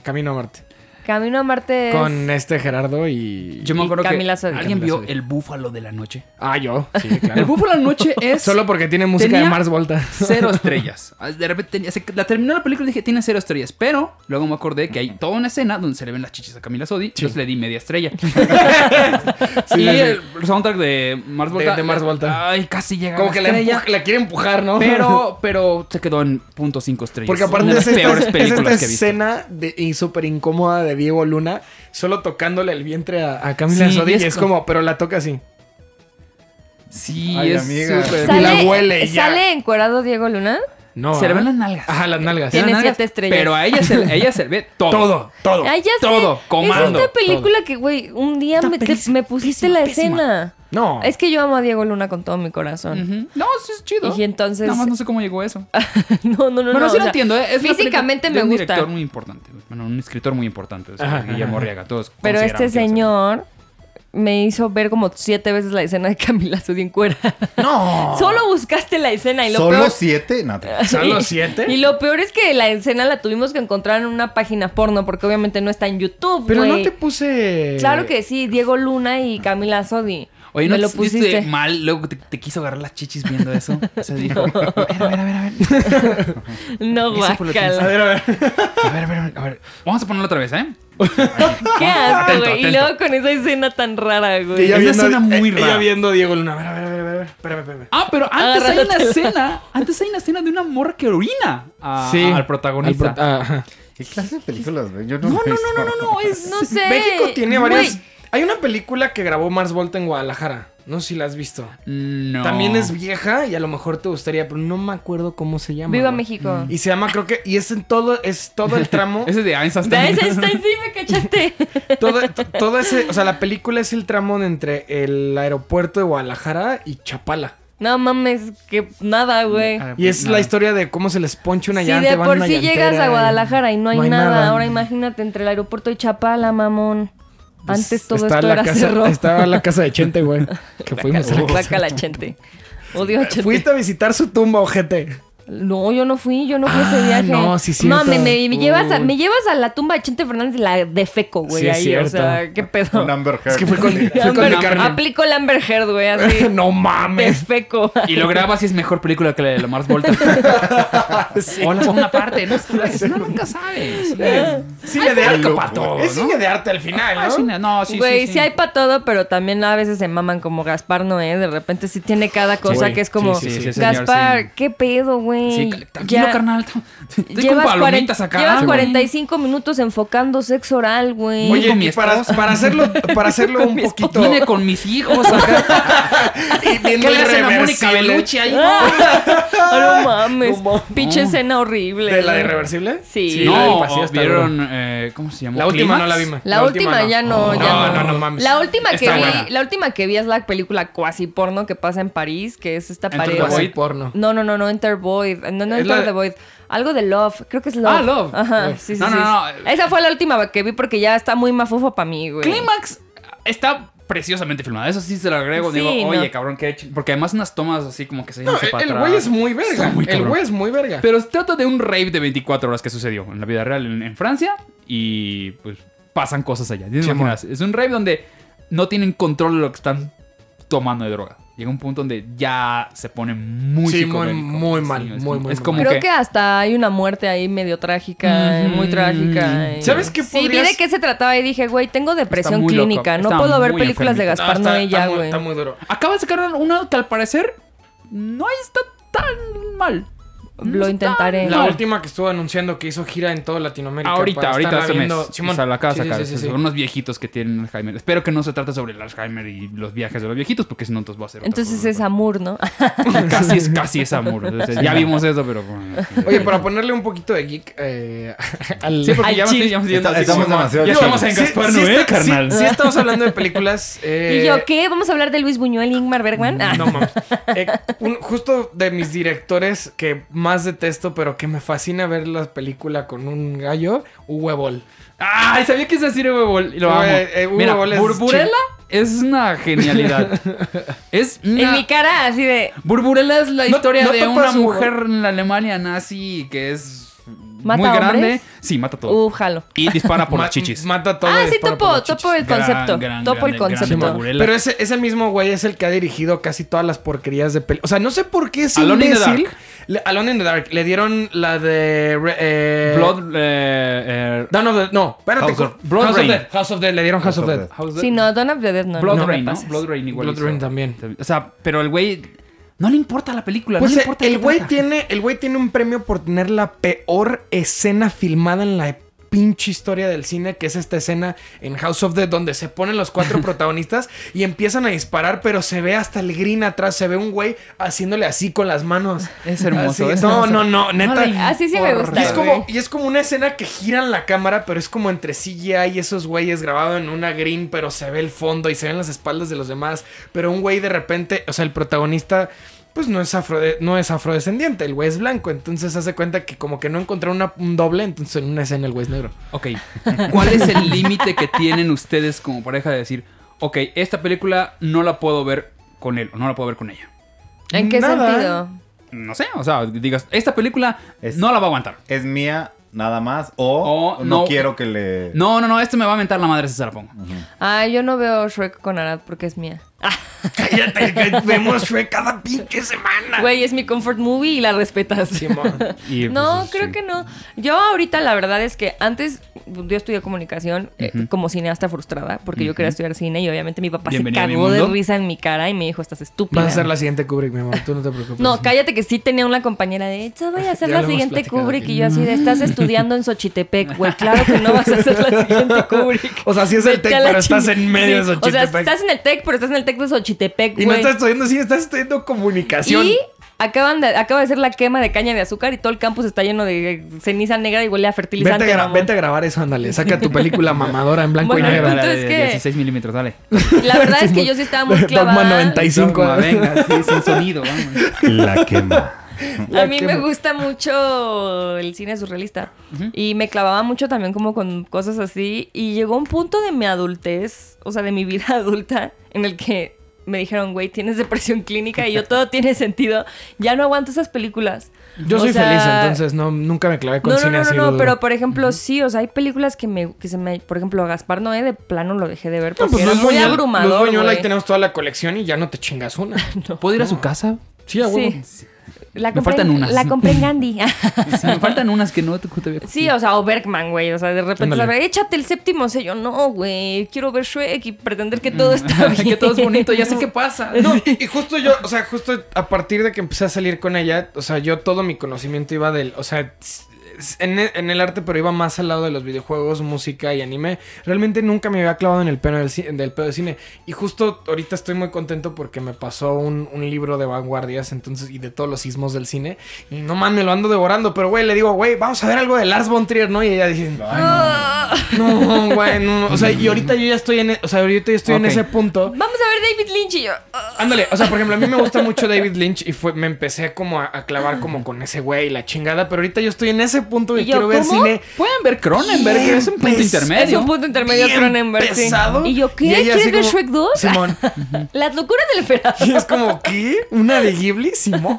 Speaker 2: Camino a Marte.
Speaker 1: Camino a Marte es...
Speaker 2: Con este Gerardo y.
Speaker 3: Yo me
Speaker 1: Y
Speaker 3: acuerdo
Speaker 1: Camila
Speaker 3: que
Speaker 1: Sodi.
Speaker 3: alguien
Speaker 2: Camila
Speaker 3: vio
Speaker 2: Sodi.
Speaker 3: El Búfalo de la Noche.
Speaker 2: Ah, yo. Sí,
Speaker 3: El
Speaker 2: claro.
Speaker 3: Búfalo de la Noche es
Speaker 2: Solo porque tiene música
Speaker 3: Tenía-
Speaker 2: de Mars Volta.
Speaker 3: cero estrellas. Ah, De repente, tenía- se- la terminó la película y dije, tiene cero estrellas. Pero luego me acordé que hay toda una escena donde se le ven las chichis a Camila Sodi. Entonces le di media estrella. y el soundtrack de Mars
Speaker 2: De-
Speaker 3: Volta.
Speaker 2: de Mars Volta.
Speaker 3: Ay, casi llega.
Speaker 2: Como
Speaker 3: a
Speaker 2: que la,
Speaker 3: estrella.
Speaker 2: empuja- la quiere empujar, ¿no?
Speaker 3: Pero, pero se quedó en punto cinco estrellas.
Speaker 2: Porque
Speaker 3: Una
Speaker 2: aparte
Speaker 3: de
Speaker 2: es
Speaker 3: las
Speaker 2: esta,
Speaker 3: peores
Speaker 2: es
Speaker 3: películas
Speaker 2: esta
Speaker 3: que he visto.
Speaker 2: escena de, y súper incómoda de Diego Luna, solo tocándole el vientre a, a Camila
Speaker 3: Sí,
Speaker 2: Sodi.
Speaker 3: y
Speaker 2: Y
Speaker 3: es
Speaker 2: es, como, pero la toca así.
Speaker 3: Sí,
Speaker 4: Ay,
Speaker 3: es
Speaker 4: amiga.
Speaker 3: súper-
Speaker 2: Sal- eh, la huele ya.
Speaker 1: ¿Sale encuerado Diego Luna?
Speaker 2: No.
Speaker 3: Se le
Speaker 2: ¿ah?
Speaker 3: ven las nalgas.
Speaker 2: Ajá, las nalgas.
Speaker 3: Se le ven
Speaker 1: Tiene
Speaker 3: las nalgas,
Speaker 1: siete estrellas.
Speaker 3: Pero a ella se, a ella se le ve todo.
Speaker 2: Todo, todo.
Speaker 1: Ay, ya sé.
Speaker 3: Todo, comando,
Speaker 1: Es esta película que, güey, un día
Speaker 3: Está
Speaker 1: me, te-
Speaker 3: pésima,
Speaker 1: me pusiste
Speaker 3: pésima,
Speaker 1: la
Speaker 3: pésima.
Speaker 1: escena.
Speaker 2: No.
Speaker 1: Es que yo amo a Diego Luna con todo mi corazón.
Speaker 3: Ujú. No, sí es chido.
Speaker 1: Y entonces-
Speaker 3: Nada más no sé cómo llegó a eso.
Speaker 1: no, no, no.
Speaker 3: bueno,
Speaker 1: no,
Speaker 3: sí
Speaker 1: o
Speaker 3: lo
Speaker 1: sea,
Speaker 3: entiendo. ¿eh? Es una
Speaker 1: físicamente
Speaker 3: película
Speaker 1: me
Speaker 3: de un
Speaker 1: gusta.
Speaker 3: director muy importante. Bueno, un escritor muy importante. o sea,
Speaker 2: Ajá.
Speaker 3: Guillermo Arriaga, todos.
Speaker 1: Pero este
Speaker 3: consideraban que iba a ser-
Speaker 1: señor me hizo ver como siete veces la escena de Camila Sodi en cuera.
Speaker 2: No.
Speaker 1: Solo buscaste la escena y lo
Speaker 4: ¿Solo
Speaker 1: peor...
Speaker 4: siete? No, te-
Speaker 2: ¿Solo siete?
Speaker 1: Y lo peor es que la escena la tuvimos que encontrar en una página porno, porque obviamente no está en YouTube,
Speaker 2: Pero
Speaker 1: güey.
Speaker 2: no te puse.
Speaker 1: Claro que sí, Diego Luna y Camila Sodi.
Speaker 3: Oye, ¿no
Speaker 1: me lo
Speaker 3: te sentiste
Speaker 1: pusiste.
Speaker 3: mal? Luego te, te quiso agarrar las chichis viendo eso. O sea, dijo, a ver, a ver, a ver, a ver.
Speaker 1: No,
Speaker 3: Eso fue lo que
Speaker 2: A
Speaker 1: guacala.
Speaker 2: ver, a ver.
Speaker 3: A ver, a ver, a ver, a ver. Vamos a ponerlo otra vez, ¿eh?
Speaker 1: Qué asco,
Speaker 3: Atento,
Speaker 1: güey. Y
Speaker 3: atento.
Speaker 1: luego con esa escena tan rara,
Speaker 2: Y
Speaker 1: güey.
Speaker 2: ella
Speaker 3: Esa
Speaker 2: viendo-
Speaker 3: escena muy
Speaker 2: ella
Speaker 3: rara.
Speaker 2: viendo a Diego Luna. A ver, a ver, a ver, a ver, a ver. Espérame, espérame.
Speaker 3: Ah, pero antes hay una
Speaker 1: Agárratela.
Speaker 3: escena. Antes hay una escena de una morra que orina a- al protagonista.
Speaker 2: Al pro- ah, ajá.
Speaker 4: ¿Qué clase de películas? ven? Yo no,
Speaker 3: no,
Speaker 4: lo he
Speaker 3: no,
Speaker 4: visto.
Speaker 3: no, no, no, no, es.
Speaker 1: No sé.
Speaker 2: México tiene
Speaker 1: Güey,
Speaker 2: varias. Hay una película que grabó Mars Volta en Guadalajara. No sé si la has visto.
Speaker 3: No.
Speaker 2: También es vieja y a lo mejor te gustaría, pero no me acuerdo cómo se llama.
Speaker 1: Viva
Speaker 2: güey.
Speaker 1: México.
Speaker 2: Y se llama, creo que, y es en todo, es todo el tramo.
Speaker 3: Ese es de Einstein.
Speaker 1: ¿Ves? Einstein, sí me cachaste.
Speaker 2: todo, to- todo ese, o sea, la película es el tramo de entre el aeropuerto de Guadalajara y Chapala.
Speaker 1: No mames, que nada, güey.
Speaker 3: Ah,
Speaker 2: Y es
Speaker 3: no.
Speaker 2: la historia de cómo se les ponche una
Speaker 1: Si
Speaker 2: llanta. y
Speaker 1: de
Speaker 2: van
Speaker 1: por
Speaker 2: una
Speaker 1: sí
Speaker 2: llantera
Speaker 1: llegas a Guadalajara y no hay, nada. ahora imagínate entre el aeropuerto y Chapala, mamón.
Speaker 2: Pues,
Speaker 1: Antes todo
Speaker 2: está
Speaker 1: esto
Speaker 2: la
Speaker 1: era
Speaker 2: casa-
Speaker 1: cerro.
Speaker 2: Estaba la casa de Chente, güey. Que fuimos a la casa.
Speaker 1: Saca la chente. Odio a Chente.
Speaker 2: Fuiste a visitar su tumba, ojete.
Speaker 1: No, yo no fui, yo no fui a ese
Speaker 2: Ah,
Speaker 1: viaje.
Speaker 2: no, sí, cierto.
Speaker 1: No, me, me- me llevas a,
Speaker 2: Uy.
Speaker 1: me llevas a la tumba de Chente Fernández y la defeco, güey.
Speaker 2: Sí, es
Speaker 1: ahí, o
Speaker 2: cierto.
Speaker 1: sea, qué pedo.
Speaker 4: Un Amber Heard.
Speaker 2: Es que fue con, fue con
Speaker 1: Amber-
Speaker 2: mi carne.
Speaker 1: Aplico el Amber Heard, güey, así.
Speaker 2: no mames.
Speaker 1: defeco.
Speaker 3: Y lo grabas y es mejor película que la de la Mars Volta.
Speaker 2: Ah,
Speaker 3: O la segunda parte, no sabes. No, nunca sabes.
Speaker 2: Cine de
Speaker 4: Ay,
Speaker 2: arte
Speaker 4: loco,
Speaker 2: para todo.
Speaker 3: ¿no?
Speaker 2: Es cine de arte al final,
Speaker 3: Ah, sí,
Speaker 2: ¿no?
Speaker 3: no, sí, sí,
Speaker 1: Güey, sí,
Speaker 3: sí.
Speaker 1: hay para todo, pero también a veces se maman como Gaspar Noé. De repente sí tiene cada cosa
Speaker 2: Güey,
Speaker 1: que es como,
Speaker 3: sí, sí, sí, señor,
Speaker 1: Gaspar,
Speaker 3: sí.
Speaker 1: qué pedo, güey.
Speaker 3: Sí, tranquilo,
Speaker 1: Eh, Ya
Speaker 3: carnal. Estoy con
Speaker 1: Llevas,
Speaker 3: palomitas
Speaker 1: 40
Speaker 3: acá.
Speaker 1: llevas
Speaker 3: güey.
Speaker 1: 45 minutos enfocando sexo oral, güey.
Speaker 2: Oye,
Speaker 3: con mi
Speaker 2: y para,
Speaker 3: esposa.
Speaker 2: para hacerlo, para hacerlo un poquito.
Speaker 3: Vine con mis hijos acá.
Speaker 2: y bien
Speaker 3: ¿Qué le hacen a Mónica
Speaker 2: irreversible.
Speaker 3: Bellucci ahí?
Speaker 1: Ah, no mames.
Speaker 2: No mames.
Speaker 1: Pinche escena horrible.
Speaker 2: ¿De la de irreversible?
Speaker 1: Sí.
Speaker 2: la del
Speaker 3: No,
Speaker 2: pasillo está duro.
Speaker 3: vieron, eh, ¿cómo se llama?
Speaker 2: La última no la vi.
Speaker 3: ¿Clímax?
Speaker 1: La, última, ya no, ya
Speaker 2: no, no, no mames.
Speaker 1: La última que
Speaker 3: Está
Speaker 1: vi,
Speaker 3: buena.
Speaker 1: la última que vi es la película cuasi porno que pasa en París, que es esta
Speaker 3: Enter
Speaker 1: pared.
Speaker 3: the
Speaker 2: Así
Speaker 3: Void.
Speaker 2: porno.
Speaker 1: No, no, no, no, Enter Void. No, no,
Speaker 2: Es
Speaker 1: Enter
Speaker 2: la-
Speaker 1: the Void. Algo de Love. Creo que es Love.
Speaker 3: Ah, Love.
Speaker 1: Ajá,
Speaker 3: Love.
Speaker 1: sí, sí,
Speaker 3: No,
Speaker 1: sí.
Speaker 3: no, no.
Speaker 1: Esa fue la última que vi porque ya está muy mafufo para mí, güey.
Speaker 3: Clímax está preciosamente filmada. Eso sí se lo agrego.
Speaker 1: Sí,
Speaker 3: Digo, oye,
Speaker 1: no.
Speaker 3: cabrón, qué ch-". Porque además unas tomas así como que se
Speaker 2: No,
Speaker 3: echan para
Speaker 2: el
Speaker 3: atrás.
Speaker 2: güey es muy verga.
Speaker 3: Está muy
Speaker 2: el
Speaker 3: cabrón.
Speaker 2: güey es muy verga.
Speaker 3: Pero se trata de un rave de 24 horas que sucedió en la vida real en, en Francia y pues pasan cosas allá. ¿Te
Speaker 2: Sí,
Speaker 3: imaginas? Es un rave donde no tienen control de lo que están tomando de droga. Llega un punto donde ya se pone muy
Speaker 2: Sí,
Speaker 3: psicodélico.
Speaker 2: muy, muy mal,
Speaker 3: es
Speaker 2: muy,
Speaker 3: como-
Speaker 2: muy
Speaker 3: es
Speaker 2: mal.
Speaker 3: como
Speaker 1: Creo
Speaker 3: que,
Speaker 1: que hasta hay una muerte ahí medio trágica, eh,
Speaker 3: Ujú.
Speaker 1: muy trágica. y-
Speaker 2: ¿Sabes qué
Speaker 1: Sí, vi
Speaker 2: podrías-
Speaker 1: de qué se trataba y dije, güey, tengo depresión
Speaker 3: muy
Speaker 1: clínica.
Speaker 3: loco.
Speaker 1: No
Speaker 3: Está
Speaker 1: puedo ver
Speaker 3: muy
Speaker 1: películas de
Speaker 3: enfermito.
Speaker 2: No,
Speaker 1: Gaspar Noé ya,
Speaker 2: muy,
Speaker 1: güey.
Speaker 2: está muy duro.
Speaker 3: acaba de sacar una que al parecer no está tan mal. No
Speaker 1: Lo
Speaker 3: está
Speaker 1: intentaré.
Speaker 2: La
Speaker 3: No.
Speaker 2: última que estuvo anunciando que hizo gira en toda Latinoamérica.
Speaker 3: Ahorita,
Speaker 2: para
Speaker 3: ahorita
Speaker 2: estarla
Speaker 3: este mes.
Speaker 2: viendo. Simón.
Speaker 3: O sea, la acaba de
Speaker 2: Sí, sí,
Speaker 3: sacar.
Speaker 2: sí, sí,
Speaker 3: Son
Speaker 2: sí.
Speaker 3: unos viejitos que tienen Alzheimer. Espero que no se trate sobre el Alzheimer y los viajes de los viejitos, porque si no, entonces va a ser. otra
Speaker 1: Entonces
Speaker 3: cosa.
Speaker 1: es Amur, ¿no?
Speaker 3: casi es casi es amor. Entonces, ya vimos eso, pero. bueno.
Speaker 2: Oye, para ponerle un poquito de geek eh, al.
Speaker 3: Sí, porque
Speaker 1: Ay,
Speaker 3: ya
Speaker 1: chis.
Speaker 3: vamos yendo así
Speaker 4: Estamos
Speaker 3: como-
Speaker 4: demasiado
Speaker 3: Ya
Speaker 4: chis.
Speaker 3: estamos en
Speaker 2: Sí,
Speaker 3: Gaspar
Speaker 2: sí
Speaker 3: Noé,
Speaker 2: está- sí-
Speaker 3: carnal.
Speaker 2: Sí, estamos hablando de películas. eh,
Speaker 1: ¿Y yo qué? ¿Vamos a hablar de Luis Buñuel y Ingmar Bergman? Ah.
Speaker 2: No mames. Eh, un- justo de mis directores que más detesto, pero que me fascina ver la película con un gallo, Uwe Boll.
Speaker 3: Ay, sabía que es decir Uwe Boll. Y lo amo.
Speaker 2: Güey, eh, Uwe
Speaker 3: Mira,
Speaker 2: Boll es
Speaker 3: Burburela es una genialidad. es
Speaker 1: En
Speaker 3: una.
Speaker 1: mi cara, así de.
Speaker 3: Burburela es la
Speaker 2: No-
Speaker 3: historia
Speaker 2: no
Speaker 3: de
Speaker 2: topas
Speaker 3: una
Speaker 2: Uwe Boll.
Speaker 3: mujer en la Alemania nazi que es
Speaker 1: ¿Mata
Speaker 3: muy
Speaker 1: hombres?
Speaker 3: grande. Sí, mata todo.
Speaker 1: Uh, jalo.
Speaker 3: Y dispara Ah, por
Speaker 2: Ma-
Speaker 3: las chichis.
Speaker 2: Mata todo.
Speaker 1: Ah,
Speaker 2: y
Speaker 1: sí,
Speaker 2: dispara por
Speaker 1: topo,
Speaker 2: las chichis.
Speaker 1: topo el
Speaker 3: Gran,
Speaker 1: concepto.
Speaker 3: gran,
Speaker 1: topo el
Speaker 3: grande, grande
Speaker 1: concepto.
Speaker 3: Burburela.
Speaker 2: Pero ese, ese mismo güey es el que ha dirigido casi todas las porquerías de películas. O sea, no sé por qué ese
Speaker 3: Alone in the
Speaker 2: imbécil...
Speaker 3: Dark.
Speaker 2: Le- Alone in the Dark. Le dieron la de... re- eh,
Speaker 3: Blood. eh, eh,
Speaker 2: Dawn of the- No, espérate.
Speaker 4: House of-
Speaker 2: Blood
Speaker 3: House of
Speaker 2: Rain.
Speaker 3: Dead.
Speaker 2: House of Dead. Le dieron House, of, Dead.
Speaker 3: House
Speaker 1: Sí, no, Dawn of the Dead no.
Speaker 3: Blood
Speaker 1: no me
Speaker 3: Rain, ¿no?
Speaker 1: pases.
Speaker 3: Blood Rain igual.
Speaker 2: Blood
Speaker 3: hizo.
Speaker 2: Rain también.
Speaker 3: O sea, pero el güey. No le importa la película,
Speaker 2: Pues
Speaker 3: no le
Speaker 2: eh,
Speaker 3: importa.
Speaker 2: el
Speaker 3: qué
Speaker 2: güey
Speaker 3: trata.
Speaker 2: tiene, el güey tiene un premio por tener la peor escena filmada en la pinche historia del cine, que es esta escena en House of Dead, donde se ponen los cuatro protagonistas y empiezan a disparar, pero se ve hasta el green atrás, se ve un güey haciéndole así con las manos.
Speaker 3: Es hermoso,
Speaker 2: Así,
Speaker 3: es
Speaker 2: no,
Speaker 3: hermoso.
Speaker 2: no, no, neta.
Speaker 3: le-
Speaker 1: Así sí me
Speaker 2: y,
Speaker 1: gusta.
Speaker 2: es
Speaker 1: güey.
Speaker 2: como, y es como una escena que giran la cámara, pero es como entre CGI y esos güeyes grabado en una green, pero se ve el fondo y se ven las espaldas de los demás. Pero un güey de repente, o sea, el protagonista, pues no es, afro, no es afrodescendiente, el güey es blanco. Entonces hace cuenta que como que no encontró una- un doble, entonces en una escena el güey es negro.
Speaker 3: Ok. ¿Cuál es el límite que tienen ustedes como pareja de decir, ok, esta película no la puedo ver con él o no la puedo ver con ella?
Speaker 1: ¿En qué
Speaker 2: Nada.
Speaker 1: sentido?
Speaker 3: No sé, o sea, digas, esta película
Speaker 4: Es-
Speaker 3: no la va a aguantar.
Speaker 4: Es mía, nada más. O
Speaker 3: O
Speaker 4: no,
Speaker 3: no.
Speaker 4: quiero que le.
Speaker 3: No, no, no, este me va a mentar la madre si se la pongo.
Speaker 1: Ah, yo no veo Shrek con Arad porque es mía.
Speaker 2: Cállate, que vemos Shrek cada pinche semana.
Speaker 1: Güey, es mi comfort movie y la respetas.
Speaker 2: Simón.
Speaker 3: Y,
Speaker 1: No,
Speaker 3: pues,
Speaker 1: creo
Speaker 3: sí.
Speaker 1: que no. Yo ahorita la verdad es que antes yo estudié comunicación eh, como cineasta frustrada porque yo quería estudiar cine y obviamente mi papá
Speaker 3: Bienvenida a
Speaker 1: se
Speaker 3: mi
Speaker 1: cagó de
Speaker 3: mundo.
Speaker 1: risa en mi cara y me dijo, estás estúpida.
Speaker 2: Vas a ser la siguiente Kubrick, mi amor. Tú no te preocupes.
Speaker 1: No, cállate que sí tenía una compañera de, yo voy a ser
Speaker 2: Pues Ya
Speaker 1: la
Speaker 2: lo hemos
Speaker 1: siguiente
Speaker 2: platicado
Speaker 1: Kubrick
Speaker 2: aquí.
Speaker 1: y yo así de, estás estudiando en Xochitepec, güey, claro que no vas a ser la siguiente Kubrick.
Speaker 2: O sea, sí es el
Speaker 1: Vete
Speaker 2: Tec,
Speaker 1: a la
Speaker 2: pero estás
Speaker 1: ching-
Speaker 2: en medio de
Speaker 1: Sí, O
Speaker 2: Xochitepec.
Speaker 1: sea, estás en el TEC, pero estás en el TEC de Xochitepec, güey.
Speaker 2: Y no estás estudiando cine, estás estudiando comunicación.
Speaker 1: Y acaban de, acaba de hacer la quema de caña de azúcar y todo el campus está lleno de ceniza negra y huele a fertilizante.
Speaker 2: Vete a, gra-
Speaker 1: mamón.
Speaker 2: vete a grabar eso, ándale. Saca tu película mamadora en blanco
Speaker 1: Bueno,
Speaker 2: y
Speaker 1: el
Speaker 2: negro.
Speaker 1: punto
Speaker 3: Dale,
Speaker 1: es
Speaker 3: de
Speaker 1: que-
Speaker 3: 16 milímetros, dale.
Speaker 1: La verdad es que yo sí estaba muy clavada.
Speaker 2: Dogma 95.
Speaker 3: Toma, venga, sí, sin sonido, vamos.
Speaker 4: La quema.
Speaker 1: A mí me
Speaker 2: quema.
Speaker 1: gusta mucho el cine surrealista. Y me clavaba mucho también como con cosas así. Y llegó un punto de mi adultez, o sea, de mi vida adulta, en el que me dijeron, güey, tienes depresión clínica y yo todo tiene sentido. Ya no aguanto esas películas.
Speaker 2: Yo
Speaker 1: O
Speaker 2: soy
Speaker 1: sea,
Speaker 2: feliz, entonces no, nunca me clavé con
Speaker 1: No, no,
Speaker 2: cine
Speaker 1: no,
Speaker 2: así.
Speaker 1: no, no,
Speaker 2: duro.
Speaker 1: pero por ejemplo, sí, o sea, hay películas que me, que se me, por ejemplo, a Gaspar Noé de plano lo dejé de ver
Speaker 2: No,
Speaker 1: porque
Speaker 2: pues
Speaker 1: era
Speaker 2: Luz
Speaker 1: muy
Speaker 2: Buñuel- Luz
Speaker 1: abrumador.
Speaker 2: Buñuel, ahí
Speaker 1: güey.
Speaker 2: tenemos toda la colección y ya no te chingas una.
Speaker 3: ¿Puedo ir a su casa?
Speaker 2: Sí, a huevo.
Speaker 1: Sí. La
Speaker 3: Me
Speaker 1: compré,
Speaker 3: faltan
Speaker 1: en-
Speaker 3: unas.
Speaker 1: La compré en Gandhi.
Speaker 3: Sí, me faltan unas que no te te había
Speaker 1: Sí, o sea, o Bergman, güey. O sea, de repente,
Speaker 2: Ándale.
Speaker 1: la verdad, échate el séptimo sello. No, güey. Quiero ver Shrek y pretender que
Speaker 2: Mm.
Speaker 1: todo está bien.
Speaker 3: que todo es bonito, ya sé qué pasa.
Speaker 2: No, y justo yo, o sea, justo a partir de que empecé a salir con ella, o sea, yo todo mi conocimiento iba del, o sea, s- s- en e- en el arte, pero iba más al lado de los videojuegos, música y anime. Realmente nunca me había clavado en el pelo del, ci- del pedo de cine. Y justo ahorita estoy muy contento porque me pasó un, un libro de vanguardias, entonces, y de todos los sismos del cine. Y no mames, lo ando devorando, pero güey, le digo, güey, vamos a ver algo de Lars von Trier, ¿no? Y ella dice,
Speaker 1: Ah,
Speaker 2: no, güey, no. O sea, y ahorita yo ya estoy en, e- o sea, ahorita yo estoy en
Speaker 3: Ok.
Speaker 2: ese punto.
Speaker 1: Vamos a ver David Lynch y yo. ah.
Speaker 2: Ándale, o sea, por ejemplo, a mí me gusta mucho David Lynch y fue, me empecé como a, a clavar como con ese güey y la chingada, pero ahorita yo estoy en ese punto que
Speaker 1: ¿Y yo
Speaker 2: quiero ver
Speaker 1: cómo?
Speaker 2: cine.
Speaker 3: Pueden ver Cronenberg,
Speaker 2: Bien pues,
Speaker 3: es un punto
Speaker 2: pes-
Speaker 1: Es
Speaker 3: intermedio.
Speaker 1: un punto intermedio
Speaker 2: bien
Speaker 1: Cronenberg. sí.
Speaker 2: pesado.
Speaker 1: Y yo, ¿qué?
Speaker 2: Y ella
Speaker 1: ¿Quieres
Speaker 2: así
Speaker 1: ver
Speaker 2: como,
Speaker 1: Shrek 2?
Speaker 2: Simón.
Speaker 1: Las locuras del emperador.
Speaker 2: Y es como, ¿qué? ¿Una de Ghibli? Simón.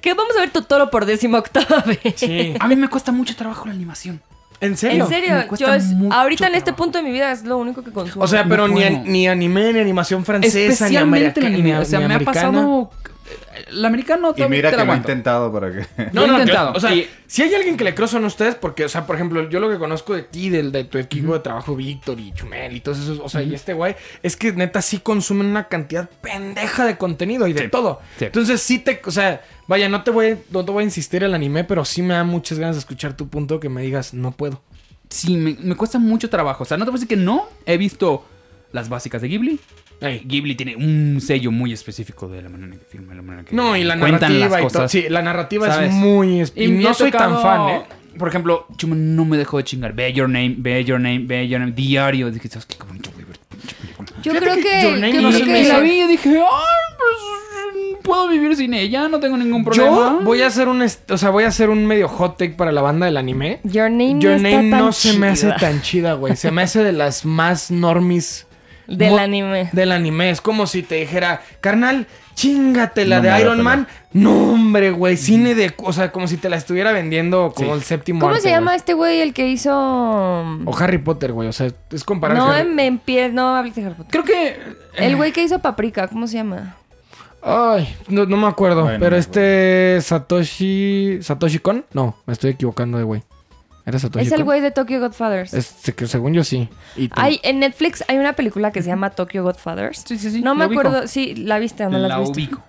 Speaker 1: ¿Qué? Vamos a ver Totoro por décima octava vez.
Speaker 2: Sí.
Speaker 3: A mí me cuesta mucho trabajo la animación.
Speaker 2: ¿En serio?
Speaker 1: En serio,
Speaker 3: Me cuesta
Speaker 1: yo es-
Speaker 3: mucho
Speaker 1: ahorita en este
Speaker 3: trabajo.
Speaker 1: punto de mi vida es lo único que consumo.
Speaker 2: O sea,
Speaker 3: No
Speaker 2: pero ni,
Speaker 3: puedo.
Speaker 2: an- ni anime, ni animación francesa, ni,
Speaker 3: Especialmente
Speaker 2: america-
Speaker 3: el
Speaker 2: ni
Speaker 3: anime.
Speaker 2: a-
Speaker 3: O sea,
Speaker 2: ni
Speaker 3: me ha
Speaker 2: americana.
Speaker 3: pasado. eh, El americano
Speaker 4: Y
Speaker 3: todavía
Speaker 4: mira
Speaker 3: te
Speaker 4: que
Speaker 3: la
Speaker 4: lo he
Speaker 3: aguanto.
Speaker 4: intentado para que.
Speaker 3: Lo
Speaker 2: No, no,
Speaker 3: he
Speaker 2: yo-
Speaker 3: intentado.
Speaker 2: o sea,
Speaker 3: Y-
Speaker 2: si hay alguien que le creo son ustedes, porque, o sea, por ejemplo, yo lo que conozco de ti, del, de tu equipo de trabajo, Víctor y Chumel y todos esos, o sea, y este güey, es que neta sí consumen una cantidad pendeja de contenido y de
Speaker 3: Sí,
Speaker 2: todo.
Speaker 3: sí.
Speaker 2: Entonces sí te, o sea, vaya, no te voy, no te voy a insistir el anime, pero sí me da muchas ganas de escuchar tu punto que me digas, no puedo.
Speaker 3: Sí, me, me cuesta mucho trabajo. O sea, no te voy a decir que no. He visto las básicas de Ghibli.
Speaker 2: Ey.
Speaker 3: Ghibli tiene un sello muy específico de la manera en que filma, la manera en que
Speaker 2: No, y la
Speaker 3: cuentan
Speaker 2: narrativa
Speaker 3: las
Speaker 2: y todo.
Speaker 3: cosas.
Speaker 2: Sí, la narrativa
Speaker 3: ¿Sabes?
Speaker 2: es muy... esp- Y,
Speaker 3: me
Speaker 2: no
Speaker 3: ha
Speaker 2: soy tan
Speaker 3: tocado-
Speaker 2: fan, ¿eh?
Speaker 3: Por ejemplo, Chuma no me dejó de chingar. Ve Your Name, Ve Your Name, Ve Your Name. Diario. Dije, ¿sabes qué? Qué bonito, güey, ver pinche película".
Speaker 1: yo
Speaker 2: fíjate
Speaker 1: creo
Speaker 2: que
Speaker 1: que.
Speaker 2: Your Name
Speaker 1: que-
Speaker 2: no
Speaker 3: Y,
Speaker 1: que-
Speaker 2: se me
Speaker 3: y
Speaker 2: hizo-
Speaker 3: la vi y dije, ay, pues puedo vivir sin ella, no tengo ningún problema.
Speaker 2: Yo voy a hacer un, est- o sea, voy a hacer un medio hot take para la banda del anime.
Speaker 1: Your Name,
Speaker 2: Your
Speaker 1: no,
Speaker 2: Name
Speaker 1: está tan
Speaker 2: no se me hace
Speaker 1: chida.
Speaker 2: tan chida, güey. Se me hace de las más normis
Speaker 1: Del
Speaker 2: mo-
Speaker 1: anime.
Speaker 2: Del anime. Es como si te dijera, carnal, chingate la
Speaker 4: No me
Speaker 2: de
Speaker 4: vale
Speaker 2: Iron
Speaker 4: la
Speaker 2: Man. No, hombre, güey. Cine de. O sea, como si te la estuviera vendiendo como
Speaker 3: Sí.
Speaker 2: el séptimo.
Speaker 1: ¿Cómo
Speaker 2: arte,
Speaker 1: se llama
Speaker 2: güey.
Speaker 1: este güey el que hizo.
Speaker 2: O Harry Potter, güey. O sea, es comparable.
Speaker 1: No, me empiezo. No hables de Harry Potter.
Speaker 3: Creo que.
Speaker 2: Eh.
Speaker 1: El güey que hizo Paprika, ¿cómo se llama?
Speaker 2: Ay, no, no me acuerdo.
Speaker 4: Ay, no
Speaker 2: pero
Speaker 4: me
Speaker 2: este. Satoshi. ¿Satoshi Kon? No, me estoy equivocando de güey. ¿Era Satoshi
Speaker 1: Es el
Speaker 2: Kon?
Speaker 1: güey de Tokyo Godfathers.
Speaker 2: Este, que según yo sí. Y te-
Speaker 1: Hay, en Netflix hay una película que se llama Tokyo Godfathers.
Speaker 3: Sí, sí, sí,
Speaker 1: No me
Speaker 3: la ubico.
Speaker 1: acuerdo. Sí, ¿la viste o no la,
Speaker 3: la
Speaker 1: has visto?
Speaker 3: ubico.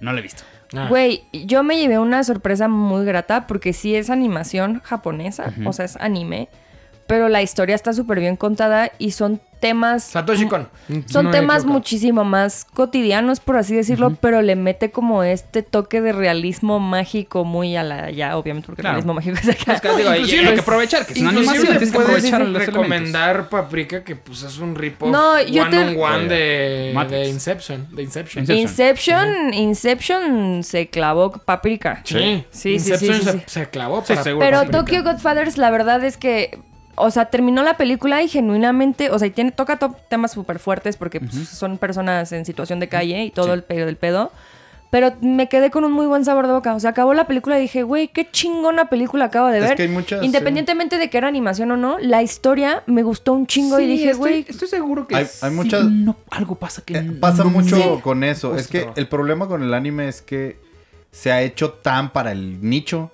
Speaker 3: No la he visto.
Speaker 2: Ah.
Speaker 1: Güey, yo me llevé una sorpresa muy grata porque sí es animación japonesa,
Speaker 3: Ujú.
Speaker 1: o sea, es anime, pero la historia está súper bien contada y son temas...
Speaker 2: Satoshi Kon.
Speaker 1: Son
Speaker 2: No me había
Speaker 1: temas
Speaker 2: equivocado.
Speaker 1: muchísimo más cotidianos, por así decirlo, pero le mete como este toque de realismo mágico muy a la ya, obviamente, porque
Speaker 3: Claro.
Speaker 1: el realismo mágico es acá.
Speaker 3: que digo,
Speaker 2: Inclusive
Speaker 3: hay-
Speaker 2: lo
Speaker 3: hay
Speaker 2: que
Speaker 3: aprovechar, que es una
Speaker 2: Inclusive
Speaker 3: animación, tienes que
Speaker 2: puedes
Speaker 3: aprovechar los
Speaker 2: recomendar Paprika que pues es un rip-off
Speaker 1: No, yo
Speaker 2: one
Speaker 1: te-
Speaker 2: on one de,
Speaker 3: Matrix.
Speaker 2: de Inception, de Inception.
Speaker 3: Inception.
Speaker 1: Inception, Inception se clavó paprika.
Speaker 2: Sí,
Speaker 1: Sí, sí, sí,
Speaker 2: Inception
Speaker 1: sí,
Speaker 2: se,
Speaker 1: sí.
Speaker 2: se clavó
Speaker 3: Sí,
Speaker 2: para
Speaker 3: seguro.
Speaker 1: Pero
Speaker 2: Paprika.
Speaker 1: Tokyo Godfathers, la verdad es que. O sea, terminó la película y genuinamente, o sea, y tiene, toca to- temas súper fuertes porque pues, son personas en situación de calle y todo el pedo del pedo. Pero me quedé con un muy buen sabor de boca. O sea, acabó la película y dije, güey, qué chingona película acabo de
Speaker 4: Es
Speaker 1: ver.
Speaker 4: que hay muchas,
Speaker 1: Independientemente de que era animación o no, la historia me gustó un chingo y
Speaker 3: Sí,
Speaker 1: dije,
Speaker 3: estoy-
Speaker 1: güey,
Speaker 3: Estoy, seguro que
Speaker 4: Hay- hay
Speaker 3: sí,
Speaker 4: muchas-
Speaker 3: no- algo pasa que
Speaker 4: Eh,
Speaker 3: no-
Speaker 4: Pasa
Speaker 3: no-
Speaker 4: mucho
Speaker 3: Sí.
Speaker 4: con eso. Es que
Speaker 3: Ostras.
Speaker 4: el problema con el anime es que se ha hecho tan para el nicho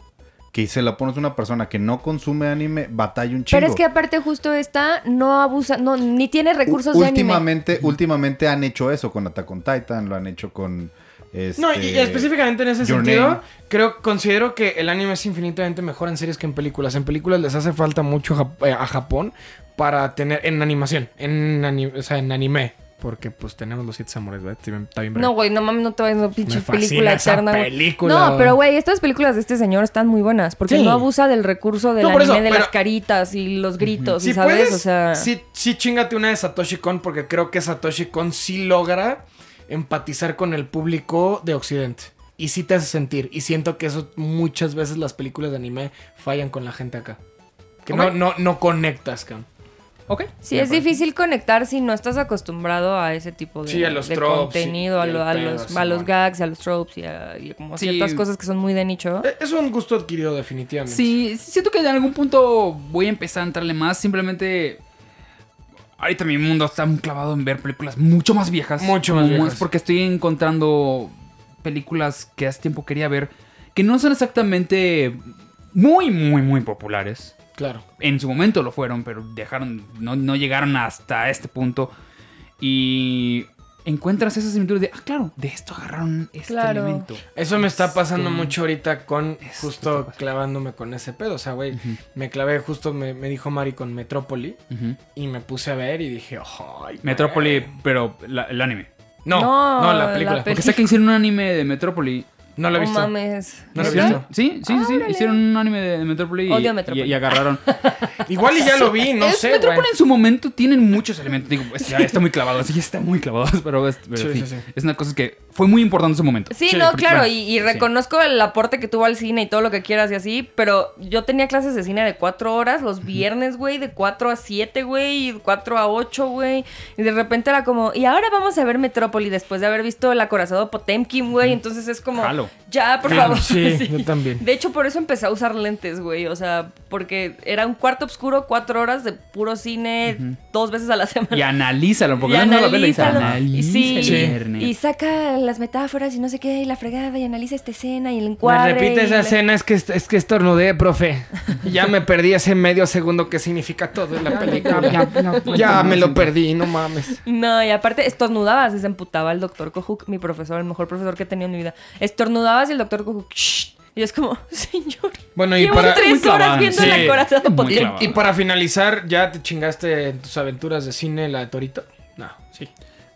Speaker 4: que se la pones a una persona que no consume anime, batalla un chingo.
Speaker 1: pero es que aparte justo esta no abusa, no, ni tiene
Speaker 4: U-
Speaker 1: recursos de anime.
Speaker 4: últimamente, últimamente han hecho eso con Attack on Titan, lo han hecho con. Este,
Speaker 2: No, y, y específicamente en ese
Speaker 4: Your
Speaker 2: sentido,
Speaker 4: Name.
Speaker 2: creo, considero que el anime es infinitamente mejor en series que en películas. En películas les hace falta mucho Jap- eh, a Japón para tener, en animación, en, ani- o sea, en anime. Porque pues tenemos los siete samuráis, ¿verdad? Sí, Está bien breve.
Speaker 1: No, güey, no mames, no te vayas no pinche
Speaker 2: Me fascina
Speaker 1: película
Speaker 2: esa
Speaker 1: eterna. güey.
Speaker 2: película,
Speaker 1: no,
Speaker 2: güey.
Speaker 1: pero güey, estas películas de este señor están muy buenas porque
Speaker 2: Sí.
Speaker 1: no abusa del recurso del
Speaker 2: No, por
Speaker 1: anime
Speaker 2: eso,
Speaker 1: de las
Speaker 2: pero-
Speaker 1: caritas y los gritos,
Speaker 2: Si
Speaker 1: y ¿sabes?
Speaker 2: puedes,
Speaker 1: o sea,
Speaker 2: sí, sí chingate una de Satoshi Kon porque creo que Satoshi Kon sí logra empatizar con el público de Occidente. Y sí te hace sentir. Y siento que eso muchas veces las películas de anime fallan con la gente acá. Que no,
Speaker 3: Ok.
Speaker 2: no, no conectas, cabrón.
Speaker 3: Ok.
Speaker 1: Sí, es difícil conectar si no estás acostumbrado a ese tipo de,
Speaker 2: Sí, a los
Speaker 1: de
Speaker 2: tropes,
Speaker 1: contenido,
Speaker 2: sí,
Speaker 1: a,
Speaker 2: y
Speaker 1: lo-
Speaker 2: al
Speaker 1: a
Speaker 2: pedo,
Speaker 1: los,
Speaker 2: sí,
Speaker 1: a los
Speaker 2: bueno.
Speaker 1: gags, a los tropes y, a, y como
Speaker 3: Sí.
Speaker 1: ciertas cosas que son muy de nicho.
Speaker 2: Eh, Es un gusto adquirido, definitivamente.
Speaker 3: Sí, siento que en algún punto voy a empezar a entrarle más. Simplemente. Ahorita mi mundo está muy clavado en ver películas mucho más viejas.
Speaker 2: Mucho más
Speaker 3: Como
Speaker 2: viejas.
Speaker 3: Es porque estoy encontrando películas que hace tiempo quería ver. Que no son exactamente muy, muy, muy populares.
Speaker 2: Claro.
Speaker 3: En su momento lo fueron, pero dejaron. No, no llegaron hasta este punto. Y. Encuentras esas similitudes de. Ah, claro, de esto agarraron este
Speaker 1: Claro.
Speaker 3: elemento.
Speaker 2: Eso me está pasando
Speaker 3: Este-
Speaker 2: mucho ahorita con
Speaker 3: Esto está
Speaker 2: justo
Speaker 3: pasando.
Speaker 2: clavándome con ese pedo. O sea, güey, me clavé justo, me, me dijo Mari con Metrópoli
Speaker 3: Ujú.
Speaker 2: y me puse a ver y dije, ¡ay! güey".
Speaker 3: Metrópoli, pero la- el anime.
Speaker 2: No,
Speaker 1: No,
Speaker 2: no, la
Speaker 1: la
Speaker 2: película.
Speaker 1: peli-
Speaker 3: Porque sé que hicieron un anime de Metrópoli.
Speaker 2: No la he
Speaker 1: No
Speaker 2: visto.
Speaker 1: mames.
Speaker 2: No la he
Speaker 3: ¿Sí?
Speaker 2: visto.
Speaker 3: Sí, sí, sí, sí.
Speaker 1: Órale.
Speaker 3: Hicieron un anime de Metrópoli y,
Speaker 1: Odio Metrópoli.
Speaker 3: y- y agarraron.
Speaker 2: Igual y ya lo vi, no
Speaker 3: Es-
Speaker 2: sé.
Speaker 3: Metrópoli
Speaker 2: güey.
Speaker 3: en su momento tienen muchos elementos. Digo, pues, ya está muy clavado, sí, ya está muy clavado. Pero, es, pero
Speaker 2: Sí, sí,
Speaker 3: sí,
Speaker 2: sí.
Speaker 3: es una cosa que fue muy importante en su momento.
Speaker 1: Sí,
Speaker 2: Sí,
Speaker 1: no,
Speaker 2: porque,
Speaker 1: claro,
Speaker 3: bueno,
Speaker 1: y, y
Speaker 3: sí.
Speaker 1: reconozco el aporte que tuvo al cine y todo lo que quieras y así, pero yo tenía clases de cine de cuatro horas los viernes, güey, de cuatro a siete, güey, y de cuatro a ocho, güey, y de repente era como, y ahora vamos a ver Metrópoli después de haber visto El acorazado Potemkin, güey, entonces es como,
Speaker 3: Jalo.
Speaker 1: ya, por
Speaker 2: Sí,
Speaker 1: favor.
Speaker 2: sí, yo también.
Speaker 1: De hecho, por eso empecé a usar lentes, güey, o sea, porque era un cuarto oscuro, cuatro horas de puro cine, dos veces a la semana.
Speaker 3: Y analízalo, porque
Speaker 1: Y
Speaker 3: no la vela y dice,
Speaker 1: analízalo. Y sí,
Speaker 3: "Analízalo,
Speaker 2: Sí.
Speaker 3: Ernest".
Speaker 1: y saca las metáforas y no sé qué, y la fregada, y analiza esta escena y el encuadre.
Speaker 2: repite
Speaker 1: y
Speaker 2: esa
Speaker 1: la-
Speaker 2: escena, es que, est- es que estornudé, profe. Ya me perdí ese medio segundo que significa todo en la película. Ya,
Speaker 3: pues,
Speaker 2: me lo perdí, no mames.
Speaker 1: No, y aparte estornudabas y se emputaba el doctor Kohuk, mi profesor, el mejor profesor que he tenido en mi vida. Estornudabas y el doctor Kohuk, "Shh". Y es como, señor,
Speaker 2: Bueno, y
Speaker 1: llevo
Speaker 2: para-
Speaker 1: tres
Speaker 3: Muy
Speaker 1: horas
Speaker 3: clavado,
Speaker 1: viendo
Speaker 2: sí.
Speaker 1: la corazón
Speaker 3: Muy
Speaker 1: potente.
Speaker 2: Y,
Speaker 3: clavado.
Speaker 2: y para finalizar, ¿ya te chingaste en tus aventuras de cine la de Torito? No, sí.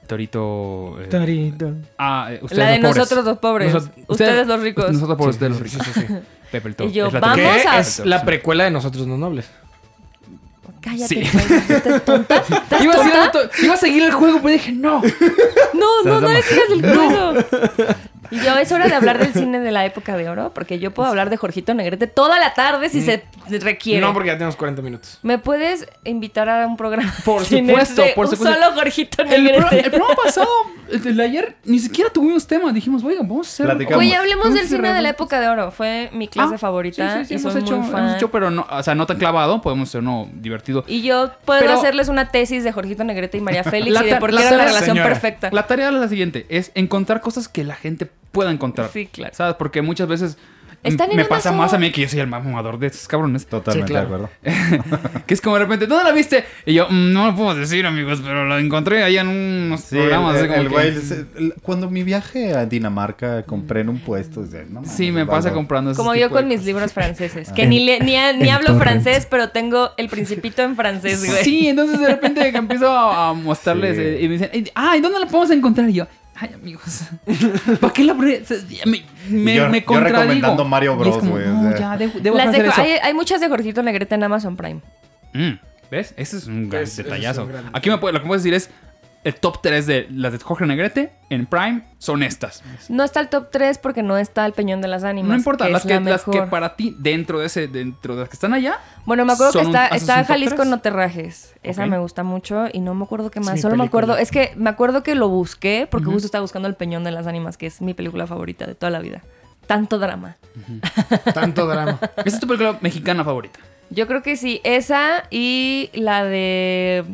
Speaker 3: Torito. eh,
Speaker 2: Torito.
Speaker 3: ah, eh, ustedes
Speaker 1: La de
Speaker 3: los pobres.
Speaker 1: nosotros los pobres,
Speaker 2: Nosot-
Speaker 1: ustedes, los ricos.
Speaker 3: Nosotros pobres, ustedes los
Speaker 2: Sí, sí,
Speaker 3: ricos.
Speaker 2: sí, sí.
Speaker 3: Pepe el Toro.
Speaker 1: Y yo,
Speaker 3: es la
Speaker 1: vamos
Speaker 2: Que
Speaker 3: tercera.
Speaker 1: a-
Speaker 2: es la precuela de Nosotros los Nobles.
Speaker 1: Cállate,
Speaker 3: Sí.
Speaker 1: güey, ¿estás tonta? ¿Estás
Speaker 3: Iba a, seguir
Speaker 1: tonta?
Speaker 3: el to- iba a seguir el juego, pero dije, no.
Speaker 1: No, no, no
Speaker 3: dama.
Speaker 1: le sigas el juego. Y yo, es hora de hablar del cine de la época de oro, porque yo puedo hablar de Jorgito Negrete toda la tarde si se
Speaker 3: Mm.
Speaker 1: requiere.
Speaker 2: No, porque ya tenemos 40 minutos.
Speaker 1: ¿Me puedes invitar a un programa?
Speaker 3: Por
Speaker 1: de cine
Speaker 3: supuesto,
Speaker 1: de
Speaker 3: por
Speaker 1: un
Speaker 3: supuesto.
Speaker 1: Solo Jorgito
Speaker 3: El, pro- el
Speaker 1: Negrete.
Speaker 3: programa pasado, el del ayer, ni siquiera tuvimos tema. Dijimos, oiga, vamos a hacer.
Speaker 4: Platicamos.
Speaker 1: Oye,
Speaker 4: Vamos.
Speaker 1: hablemos
Speaker 3: Vamos a
Speaker 1: del cine de la
Speaker 3: cerrar.
Speaker 1: época de oro. Fue mi clase
Speaker 3: Ah,
Speaker 1: favorita
Speaker 3: sí, sí, sí,
Speaker 1: y
Speaker 3: hemos
Speaker 1: soy
Speaker 3: hecho,
Speaker 1: muy fan. Mm.
Speaker 3: hemos hecho, pero no, o sea, no tan clavado. Podemos ser uno divertido.
Speaker 1: Y yo puedo
Speaker 3: Pero-
Speaker 1: hacerles una tesis de Jorgito Negrete y María Félix
Speaker 3: La
Speaker 1: y de
Speaker 3: ta-
Speaker 1: por qué
Speaker 3: la
Speaker 1: era
Speaker 3: ta-
Speaker 1: la relación
Speaker 2: señora.
Speaker 1: perfecta.
Speaker 3: La tarea es la siguiente: es encontrar cosas que la gente pueda encontrar.
Speaker 1: Sí, claro.
Speaker 3: ¿Sabes? Porque muchas veces.
Speaker 1: Están en
Speaker 3: me pasa
Speaker 1: Amazon.
Speaker 3: más a mí que yo soy el más mamador de estos cabrones.
Speaker 4: Totalmente
Speaker 2: Sí, claro.
Speaker 4: de acuerdo.
Speaker 3: Que es como de repente, ¿dónde la viste? Y yo, "Mm, no lo puedo decir, amigos, pero la encontré allá en unos
Speaker 4: Sí, el,
Speaker 3: programas. así
Speaker 4: el-
Speaker 3: como
Speaker 4: el
Speaker 3: que-
Speaker 4: güey, se- el- cuando mi viaje a Dinamarca compré en un puesto. o sea, no mames,
Speaker 3: Sí, me
Speaker 4: valgo.
Speaker 3: pasa comprando esos
Speaker 1: Como yo
Speaker 3: tipo de
Speaker 1: con mis
Speaker 3: cosas. Ah.
Speaker 1: libros franceses, que ni, le- ni, a- ni
Speaker 5: en
Speaker 1: hablo
Speaker 5: torrent.
Speaker 1: francés, pero tengo el principito en francés, güey.
Speaker 3: Sí, entonces de repente que empiezo a, a mostrarles
Speaker 4: Sí.
Speaker 3: eh, y me dicen, "Ey, ah, ¿y dónde la podemos encontrar? Y yo, ay, amigos, ¿para qué la pre- se- Me, me,
Speaker 4: Y yo-
Speaker 3: me
Speaker 4: yo
Speaker 3: contradigo.
Speaker 4: recomendando Mario
Speaker 3: Y
Speaker 4: Bros,
Speaker 3: es como,
Speaker 4: güey, o
Speaker 3: No,
Speaker 4: sea".
Speaker 3: ya, debo, debo
Speaker 1: Las de-
Speaker 3: hacer eso.
Speaker 1: hay, hay muchas de Jorgito Negrete en Amazon Prime.
Speaker 3: Mm, ¿Ves? Ese es un gran
Speaker 2: Es- ese es
Speaker 3: detallazo.
Speaker 2: un gran-
Speaker 3: Aquí me puede- lo que puedes decir es, el top 3 de las de Jorge Negrete en Prime son estas.
Speaker 1: No está el top 3 porque no está el Peñón de las Ánimas.
Speaker 3: No importa,
Speaker 1: que
Speaker 3: las
Speaker 1: es
Speaker 3: que,
Speaker 1: la
Speaker 3: las que
Speaker 1: mejor.
Speaker 3: para ti, dentro de ese, dentro de las que están allá,
Speaker 1: Bueno, me acuerdo que
Speaker 3: son un-
Speaker 1: está,
Speaker 3: haces
Speaker 1: está
Speaker 3: un top
Speaker 1: Jalisco
Speaker 3: tres.
Speaker 1: no te rajes. Esa
Speaker 3: Ok.
Speaker 1: me gusta mucho y no me acuerdo qué más.
Speaker 2: mi
Speaker 1: Solo me
Speaker 2: película.
Speaker 1: acuerdo. Es que me acuerdo que lo busqué porque justo estaba buscando El Peñón de las Ánimas, que es mi película favorita de toda la vida. Tanto drama.
Speaker 2: Tanto drama.
Speaker 3: esa es tu película mexicana favorita.
Speaker 1: Yo creo que sí. Esa y la de.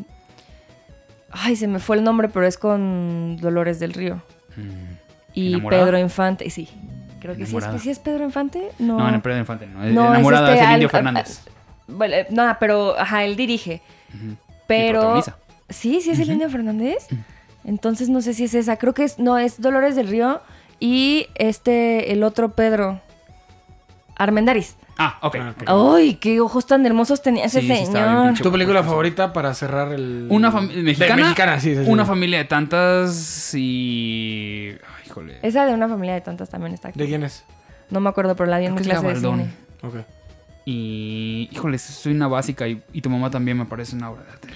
Speaker 1: Ay, se me fue el nombre, pero es con Dolores del Río. Y
Speaker 3: ¿Enamorada?
Speaker 1: Pedro Infante. Y Sí. Creo que sí. ¿Es
Speaker 3: Enamorada.
Speaker 1: que sí es Pedro Infante? No.
Speaker 3: No, en Pedro Infante, no.
Speaker 1: No, es
Speaker 3: enamorada
Speaker 1: este
Speaker 3: es el
Speaker 1: al-
Speaker 3: Indio
Speaker 1: al-
Speaker 3: Fernández.
Speaker 1: Bueno, eh, no, pero. Ajá, él dirige. Pero.
Speaker 3: protagoniza.
Speaker 1: Sí, sí es el Indio Fernández. Entonces no sé si es esa. Creo que es. No, es Dolores del Río y este, el otro Pedro. Armendaris.
Speaker 3: Ah, ok.
Speaker 2: Ah, ok.
Speaker 1: Ay, qué ojos tan hermosos tenía ese
Speaker 3: Sí, sí, estaba bien
Speaker 1: señor.
Speaker 3: pinche
Speaker 2: ¿Tu película favorita para cerrar el.
Speaker 3: Una familia mexicana.
Speaker 2: De mexicana, sí, sí, sí.
Speaker 3: Una familia de tantas y. Ay, híjole.
Speaker 1: Esa de una familia de tantas también está aquí.
Speaker 2: ¿De quién es?
Speaker 1: No me acuerdo, pero la vi en
Speaker 3: Creo
Speaker 1: mi
Speaker 3: que es
Speaker 1: clase de
Speaker 3: Gabaldón.
Speaker 1: cine.
Speaker 2: Ok.
Speaker 3: Y. Híjole, soy una básica y, y tu mamá también me parece una obra de arte.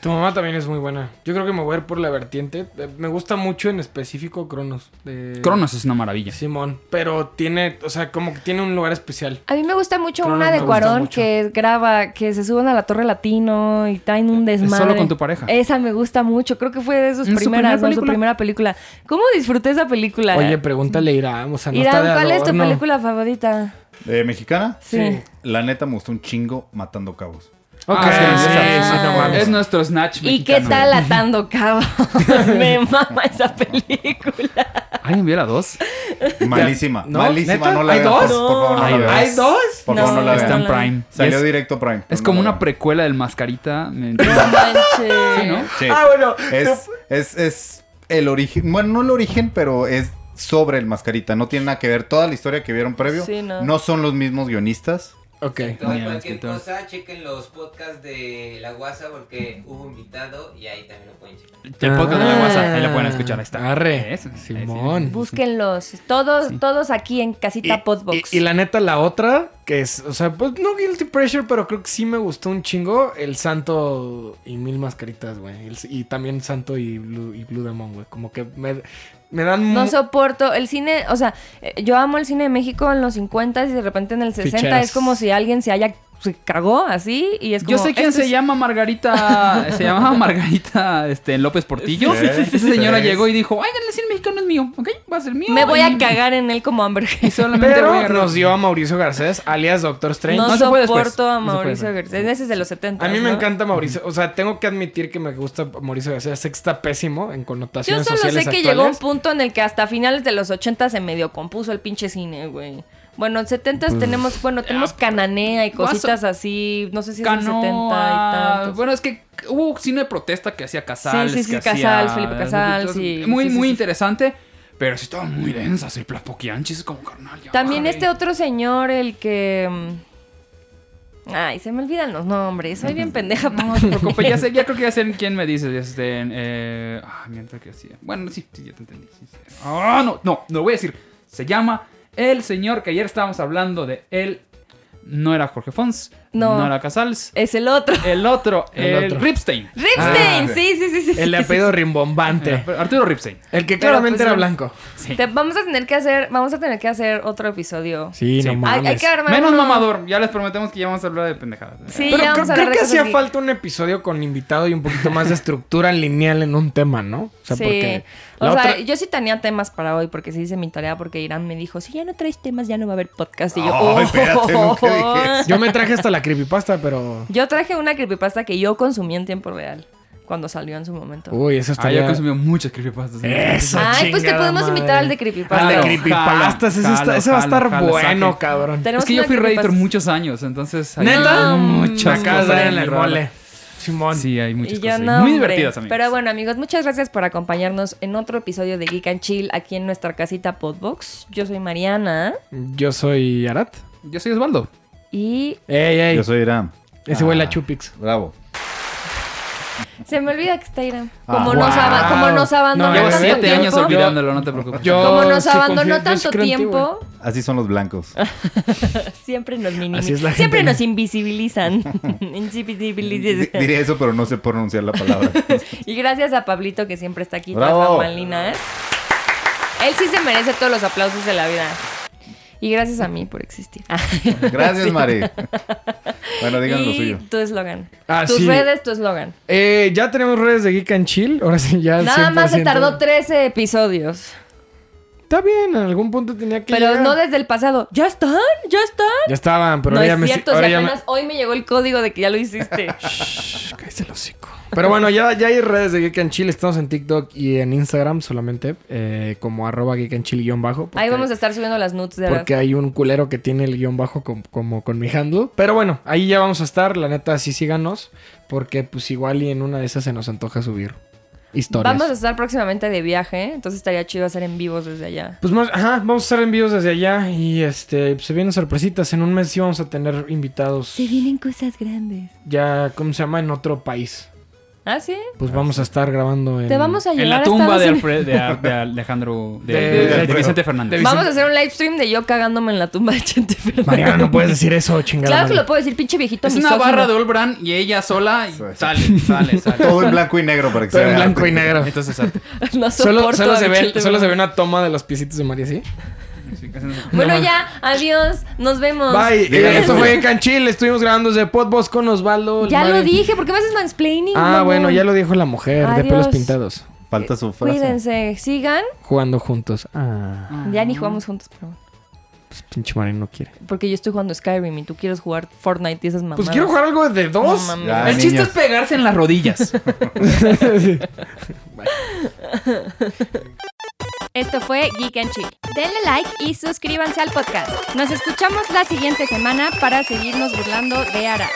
Speaker 2: Tu mamá también es muy buena. Yo creo que me voy a ir por la vertiente. Eh, Me gusta mucho en específico Cronos. de-
Speaker 3: Cronos es una maravilla.
Speaker 2: Simón. Pero tiene, o sea, como que tiene un lugar especial.
Speaker 1: A mí me gusta mucho
Speaker 2: Cronos
Speaker 1: una
Speaker 2: me
Speaker 1: de
Speaker 2: gusta
Speaker 1: Cuarón
Speaker 2: mucho.
Speaker 1: que graba, que se suben a la Torre Latino y traen un desmadre.
Speaker 3: Eh,
Speaker 1: Eh,
Speaker 3: solo con tu pareja.
Speaker 1: Esa me gusta mucho. Creo que fue de sus
Speaker 3: ¿En su
Speaker 1: primeras, ¿no?
Speaker 3: primera
Speaker 1: su
Speaker 3: película?
Speaker 1: primera película. ¿Cómo disfruté esa película?
Speaker 2: Oye, pregúntale a Irán. O sea, no
Speaker 1: Irán,
Speaker 2: está de
Speaker 1: ¿cuál es tu
Speaker 2: adorno.
Speaker 1: película favorita?
Speaker 4: ¿De mexicana?
Speaker 1: Sí.
Speaker 2: Sí.
Speaker 4: La neta me gustó un chingo matando cabos.
Speaker 2: Ok,
Speaker 3: Ah, sí,
Speaker 2: sí,
Speaker 3: esa-
Speaker 2: sí, no mames.
Speaker 3: Es nuestro Snatch.
Speaker 1: ¿Y
Speaker 3: mexicano.
Speaker 1: qué tal atando cabos? me mama esa película.
Speaker 3: ¿Alguien vio la 2?
Speaker 4: Malísima.
Speaker 2: ¿No?
Speaker 4: Malísima,
Speaker 2: ¿Neta?
Speaker 4: no la
Speaker 2: ¿Hay
Speaker 4: vean,
Speaker 2: dos?
Speaker 4: Por, por favor, no
Speaker 3: Hay
Speaker 4: la vean.
Speaker 2: ¿Hay dos?
Speaker 4: Por
Speaker 1: No,
Speaker 4: favor, no la
Speaker 1: no
Speaker 3: Está
Speaker 4: vean.
Speaker 3: en
Speaker 1: la vi.
Speaker 3: Prime.
Speaker 4: Salió
Speaker 3: es,
Speaker 4: directo Prime. pero
Speaker 3: es
Speaker 4: no
Speaker 3: como
Speaker 4: la
Speaker 3: una
Speaker 4: vean.
Speaker 3: precuela del Mascarita. me-
Speaker 1: No manches.
Speaker 3: Sí, ¿no?
Speaker 4: Sí.
Speaker 2: Ah, bueno.
Speaker 4: Es, es, es el origen. Bueno, no el origen, pero es sobre el mascarita. No tiene nada que ver. Toda la historia que vieron previo.
Speaker 1: Sí, no.
Speaker 4: no. son los mismos guionistas.
Speaker 2: Ok.
Speaker 5: Entonces,
Speaker 3: Ni a los
Speaker 5: cualquier
Speaker 3: escritores.
Speaker 5: cosa, chequen los podcasts de La Guasa porque hubo invitado y ahí también lo pueden checar.
Speaker 3: El podcast de
Speaker 1: Ah.
Speaker 3: la WhatsApp. Ahí la pueden escuchar. Ahí está.
Speaker 2: Arre.
Speaker 3: Eso, ahí sí.
Speaker 2: Simón.
Speaker 1: Búsquenlos. Todos, todos aquí en Casita Podbox.
Speaker 2: y- y la neta, la otra, que es, o sea, pues no Guilty Pressure, pero creo que sí me gustó un chingo. El Santo y Mil Mascaritas, güey. El- Y también Santo y Blue, y Blue Demon, güey. Como que me, me dan.
Speaker 1: No
Speaker 2: mu-
Speaker 1: soporto el cine, o sea, eh, yo amo el cine de México en los 50 y de repente en el 60
Speaker 2: Ficheras.
Speaker 1: es como si alguien se haya se cagó así y es como
Speaker 3: Yo sé quién
Speaker 1: "Esto
Speaker 3: se
Speaker 1: es-
Speaker 3: llama Margarita. se llamaba Margarita este, López Portillo.
Speaker 4: Sí,
Speaker 3: Esa señora
Speaker 4: sí.
Speaker 3: llegó y dijo: Oigan, el cine mexicano es mío. Ok, va a ser mío.
Speaker 1: Me voy
Speaker 3: Y-
Speaker 1: a cagar en él como Amber
Speaker 3: Y
Speaker 1: Heard".
Speaker 3: solamente voy a
Speaker 2: Pero
Speaker 3: agarrar-
Speaker 2: nos dio a Mauricio Garcés, alias Doctor Strange.
Speaker 1: No,
Speaker 3: No se fue después.
Speaker 1: soporto a
Speaker 3: No se fue
Speaker 1: Mauricio
Speaker 3: después.
Speaker 1: Garcés, ese es de los 70.
Speaker 2: A mí me
Speaker 1: ¿no?
Speaker 2: encanta Mauricio. O sea, tengo que admitir que me gusta Mauricio Garcés. Sé que está pésimo en
Speaker 1: Yo
Speaker 2: connotaciones
Speaker 1: solo sé que
Speaker 2: sociales actuales.
Speaker 1: llegó un punto en el que hasta finales de los 80 se medio compuso el pinche cine, güey. Bueno, en 70
Speaker 2: Pues,
Speaker 1: tenemos, bueno, tenemos Cananea y
Speaker 3: Vas a-
Speaker 1: cositas así, no sé si es en 70 y
Speaker 3: Canoa.
Speaker 1: tantos.
Speaker 3: Bueno, es que hubo cine de protesta que hacía Casals.
Speaker 1: Sí, sí, sí,
Speaker 3: que hacía-
Speaker 1: Casals, Felipe Casals, sí,
Speaker 3: Muy,
Speaker 1: sí, sí,
Speaker 3: muy
Speaker 1: sí.
Speaker 3: interesante. Pero sí estaban muy densas. El Plapoquianchis es como carnal. ya
Speaker 1: También
Speaker 3: bájale.
Speaker 1: este otro señor, el que. mm, Ay, se me olvidan los nombres. Soy bien pendeja. para-
Speaker 3: No, no te preocupes, ya, sé, ya creo que ya sé quién me dices. Este, eh, ah, mientras que hacía. Bueno, sí, sí, ya te entendí. sí, sí. Ah, no, no, no lo voy a decir. Se llama el señor que ayer estábamos hablando de él. No era Jorge Fons.
Speaker 1: No.
Speaker 3: No, era Casals.
Speaker 1: Es el otro.
Speaker 3: El otro, el,
Speaker 2: El otro.
Speaker 3: Ripstein. Eh,
Speaker 1: Ripstein. sí, sí, sí, sí.
Speaker 2: El
Speaker 1: sí,
Speaker 2: apellido
Speaker 3: Era
Speaker 2: rimbombante.
Speaker 3: Arturo Ripstein.
Speaker 2: El que
Speaker 1: Pero,
Speaker 2: claramente
Speaker 1: pues,
Speaker 2: era
Speaker 1: no.
Speaker 2: blanco.
Speaker 1: sí. Te- vamos a tener que hacer, vamos a tener que hacer otro episodio.
Speaker 2: Sí,
Speaker 3: Sí.
Speaker 2: no
Speaker 1: Hay- hay,
Speaker 2: mames.
Speaker 1: que armar.
Speaker 3: Menos
Speaker 1: uno.
Speaker 3: mamador. Ya les prometemos que ya vamos a hablar de pendejadas. ¿eh?
Speaker 1: Sí,
Speaker 2: Pero
Speaker 1: ya
Speaker 2: creo,
Speaker 1: vamos a
Speaker 2: creo
Speaker 1: hablar de
Speaker 2: que
Speaker 1: cosas
Speaker 2: hacía
Speaker 1: geek.
Speaker 2: falta un episodio con invitado y un poquito más de estructura lineal en un tema, ¿no? O sea,
Speaker 1: sí.
Speaker 2: porque
Speaker 1: O
Speaker 2: la
Speaker 1: sea,
Speaker 2: otra-
Speaker 1: yo sí tenía temas para hoy porque sí hice mi tarea porque Irán me dijo, si ya no traes temas, ya no va a haber podcast. Y yo, "Oh".
Speaker 4: Ay, espérate, nunca dije
Speaker 2: yo me traje hasta la creepypasta, pero...
Speaker 1: Yo traje una creepypasta que yo consumí en tiempo real cuando salió en su momento.
Speaker 2: Uy, eso
Speaker 3: Ah,
Speaker 2: estaría...
Speaker 3: yo he consumido muchas creepypastas.
Speaker 2: Eso,
Speaker 1: Ay, pues te
Speaker 2: chingada
Speaker 1: podemos
Speaker 2: madre.
Speaker 1: invitar al de
Speaker 2: Al
Speaker 1: creepypasta.
Speaker 2: de
Speaker 3: Jalo,
Speaker 2: creepypastas, ese,
Speaker 3: jalo,
Speaker 2: está- ese va a
Speaker 3: jalo,
Speaker 2: estar
Speaker 3: jalo,
Speaker 2: bueno,
Speaker 3: saque.
Speaker 2: cabrón.
Speaker 1: Tenemos
Speaker 3: Es que
Speaker 1: una
Speaker 3: yo fui Redditor
Speaker 1: creepypasta. Mm.
Speaker 3: muchos años, entonces. hay
Speaker 2: ¿Neta?
Speaker 1: Ah,
Speaker 3: Muchas
Speaker 2: Me acabas de dar
Speaker 3: cosas
Speaker 2: Mm, en el
Speaker 3: raras.
Speaker 2: mole. Simón.
Speaker 3: Sí, hay muchas
Speaker 1: Y yo
Speaker 3: cosas.
Speaker 1: no, hombre.
Speaker 3: muy divertidas, amigos.
Speaker 1: Pero bueno, amigos, muchas gracias por acompañarnos en otro episodio de Geek and Chill aquí en nuestra casita Podbox. Yo soy Mariana
Speaker 2: Yo soy Arat.
Speaker 3: Yo soy Osvaldo.
Speaker 1: y
Speaker 2: Ey,
Speaker 4: Yo
Speaker 2: ey.
Speaker 4: soy Ah. Irán.
Speaker 2: Ese huele a Chupix.
Speaker 4: Bravo.
Speaker 1: Se me olvida que está Irán.
Speaker 4: Ah,
Speaker 1: Como, nos,
Speaker 2: wow.
Speaker 1: aba- como nos abandonó
Speaker 2: No,
Speaker 3: Llevo
Speaker 1: tanto
Speaker 2: es
Speaker 3: siete
Speaker 1: tiempo.
Speaker 3: años olvidándolo, no te preocupes.
Speaker 2: Yo-
Speaker 1: Como nos
Speaker 2: sí
Speaker 1: abandonó
Speaker 2: confío, yo sí
Speaker 1: tanto
Speaker 2: creo en ti,
Speaker 1: tiempo,
Speaker 4: Así son los blancos.
Speaker 1: siempre nos
Speaker 2: Así es la
Speaker 1: minimizan. Siempre
Speaker 2: gente, ¿no?
Speaker 1: nos invisibilizan.
Speaker 4: Di-
Speaker 1: invisibilizan.
Speaker 4: Diría eso, pero no sé pronunciar la palabra.
Speaker 1: Y gracias a Pablito que siempre está aquí
Speaker 4: Bravo.
Speaker 1: tras las bambalinas. Él sí se merece todos los aplausos de la vida. Y gracias a mí por existir.
Speaker 4: Gracias, Mari. Bueno, Ah, digan lo
Speaker 1: y
Speaker 4: suyo.
Speaker 1: tu eslogan.
Speaker 2: Ah,
Speaker 1: Tus
Speaker 2: sí.
Speaker 1: redes, tu eslogan.
Speaker 2: Eh, ya tenemos redes de Geek and Chill. Ahora sí, ya.
Speaker 1: Nada más se
Speaker 2: 100%.
Speaker 1: tardó 13 episodios.
Speaker 2: Está bien, en algún punto tenía que.
Speaker 1: Pero
Speaker 2: llegar.
Speaker 1: no desde el pasado. ¿Ya están? ¿Ya están?
Speaker 2: Ya estaban, pero
Speaker 1: no
Speaker 2: ahora
Speaker 1: es
Speaker 2: ya me.
Speaker 1: cierto,
Speaker 2: ahora
Speaker 1: si
Speaker 2: ya me-
Speaker 1: apenas hoy me llegó el código de que ya lo hiciste.
Speaker 2: Shh, cállese el hocico. Pero bueno, ya, ya hay redes de Geek and Chill. Estamos en TikTok y en Instagram solamente. eh, como arroba Geek and Chill guión bajo. porque-
Speaker 1: Ahí vamos a estar subiendo las nudes de verdad.
Speaker 2: Porque hay un culero que tiene el guión bajo com- como con mi handle. Pero bueno, ahí ya vamos a estar. La neta, sí síganos. Porque pues igual y en una de esas se nos antoja subir historias.
Speaker 1: Vamos a estar próximamente de viaje, entonces estaría chido hacer en vivos desde allá.
Speaker 2: Pues más, ajá, vamos a estar en vivos desde allá. Y este, se vienen sorpresitas. En un mes sí vamos a tener invitados.
Speaker 1: vienen cosas grandes.
Speaker 2: Ya, ¿cómo se llama? En otro país.
Speaker 1: ¿Ah, sí?
Speaker 2: Pues vamos a estar grabando en.
Speaker 1: Te vamos a llevar
Speaker 3: En la
Speaker 1: a
Speaker 3: tumba
Speaker 1: Estados
Speaker 3: de,
Speaker 1: Unidos.
Speaker 3: Alfred- de, de Alejandro. De,
Speaker 2: De-
Speaker 3: de- de
Speaker 4: de-
Speaker 3: Vicente Fernández.
Speaker 2: de-
Speaker 1: Vamos a hacer un live stream de yo cagándome en la tumba de Chente Fernández.
Speaker 2: Mariana, no puedes decir eso, chingada.
Speaker 1: Claro que
Speaker 2: madre.
Speaker 1: lo puedo decir, pinche viejito.
Speaker 3: Es una
Speaker 1: misógino.
Speaker 3: barra de Olbran y ella sola y
Speaker 4: Sí, sí.
Speaker 3: sale, sale, sale.
Speaker 4: Todo en blanco y negro para que
Speaker 2: Todo
Speaker 4: sea
Speaker 2: en blanco
Speaker 4: arte.
Speaker 2: y negro.
Speaker 3: Entonces, ah,
Speaker 1: No
Speaker 2: Solo,
Speaker 1: soporto
Speaker 2: solo
Speaker 1: a
Speaker 2: se ve,
Speaker 1: Vicente
Speaker 2: solo se ve
Speaker 1: Fernández.
Speaker 2: una toma de los piecitos de María, ¿sí?
Speaker 3: sí, casi no se-
Speaker 1: Bueno, ya, adiós, nos vemos.
Speaker 2: Bye.
Speaker 4: Digan
Speaker 2: Eh, esto
Speaker 4: eso.
Speaker 2: fue en Canchil. Estuvimos grabando desde Podboss con Osvaldo. el
Speaker 1: Ya lo
Speaker 2: Mario.
Speaker 1: dije, ¿por qué me haces mansplaining?
Speaker 2: Ah,
Speaker 1: mamón?
Speaker 2: bueno, ya lo dijo la mujer de pelos
Speaker 1: Adiós.
Speaker 2: pintados.
Speaker 4: Falta
Speaker 2: Eh,
Speaker 4: su frase.
Speaker 1: Cuídense, sigan.
Speaker 2: Jugando juntos. Ah,
Speaker 1: Ya ni jugamos juntos, pero bueno.
Speaker 2: pues pinche Mario no quiere.
Speaker 1: Porque yo estoy jugando Skyrim y tú quieres jugar Fortnite y esas mamadas.
Speaker 2: Pues quiero jugar algo de dos.
Speaker 1: No mames.
Speaker 4: Ya,
Speaker 3: El chiste
Speaker 4: niños.
Speaker 3: es pegarse en las rodillas.
Speaker 6: Esto fue Geek and Chill. Denle like y suscríbanse al podcast. Nos escuchamos la siguiente semana para seguirnos burlando de Ara.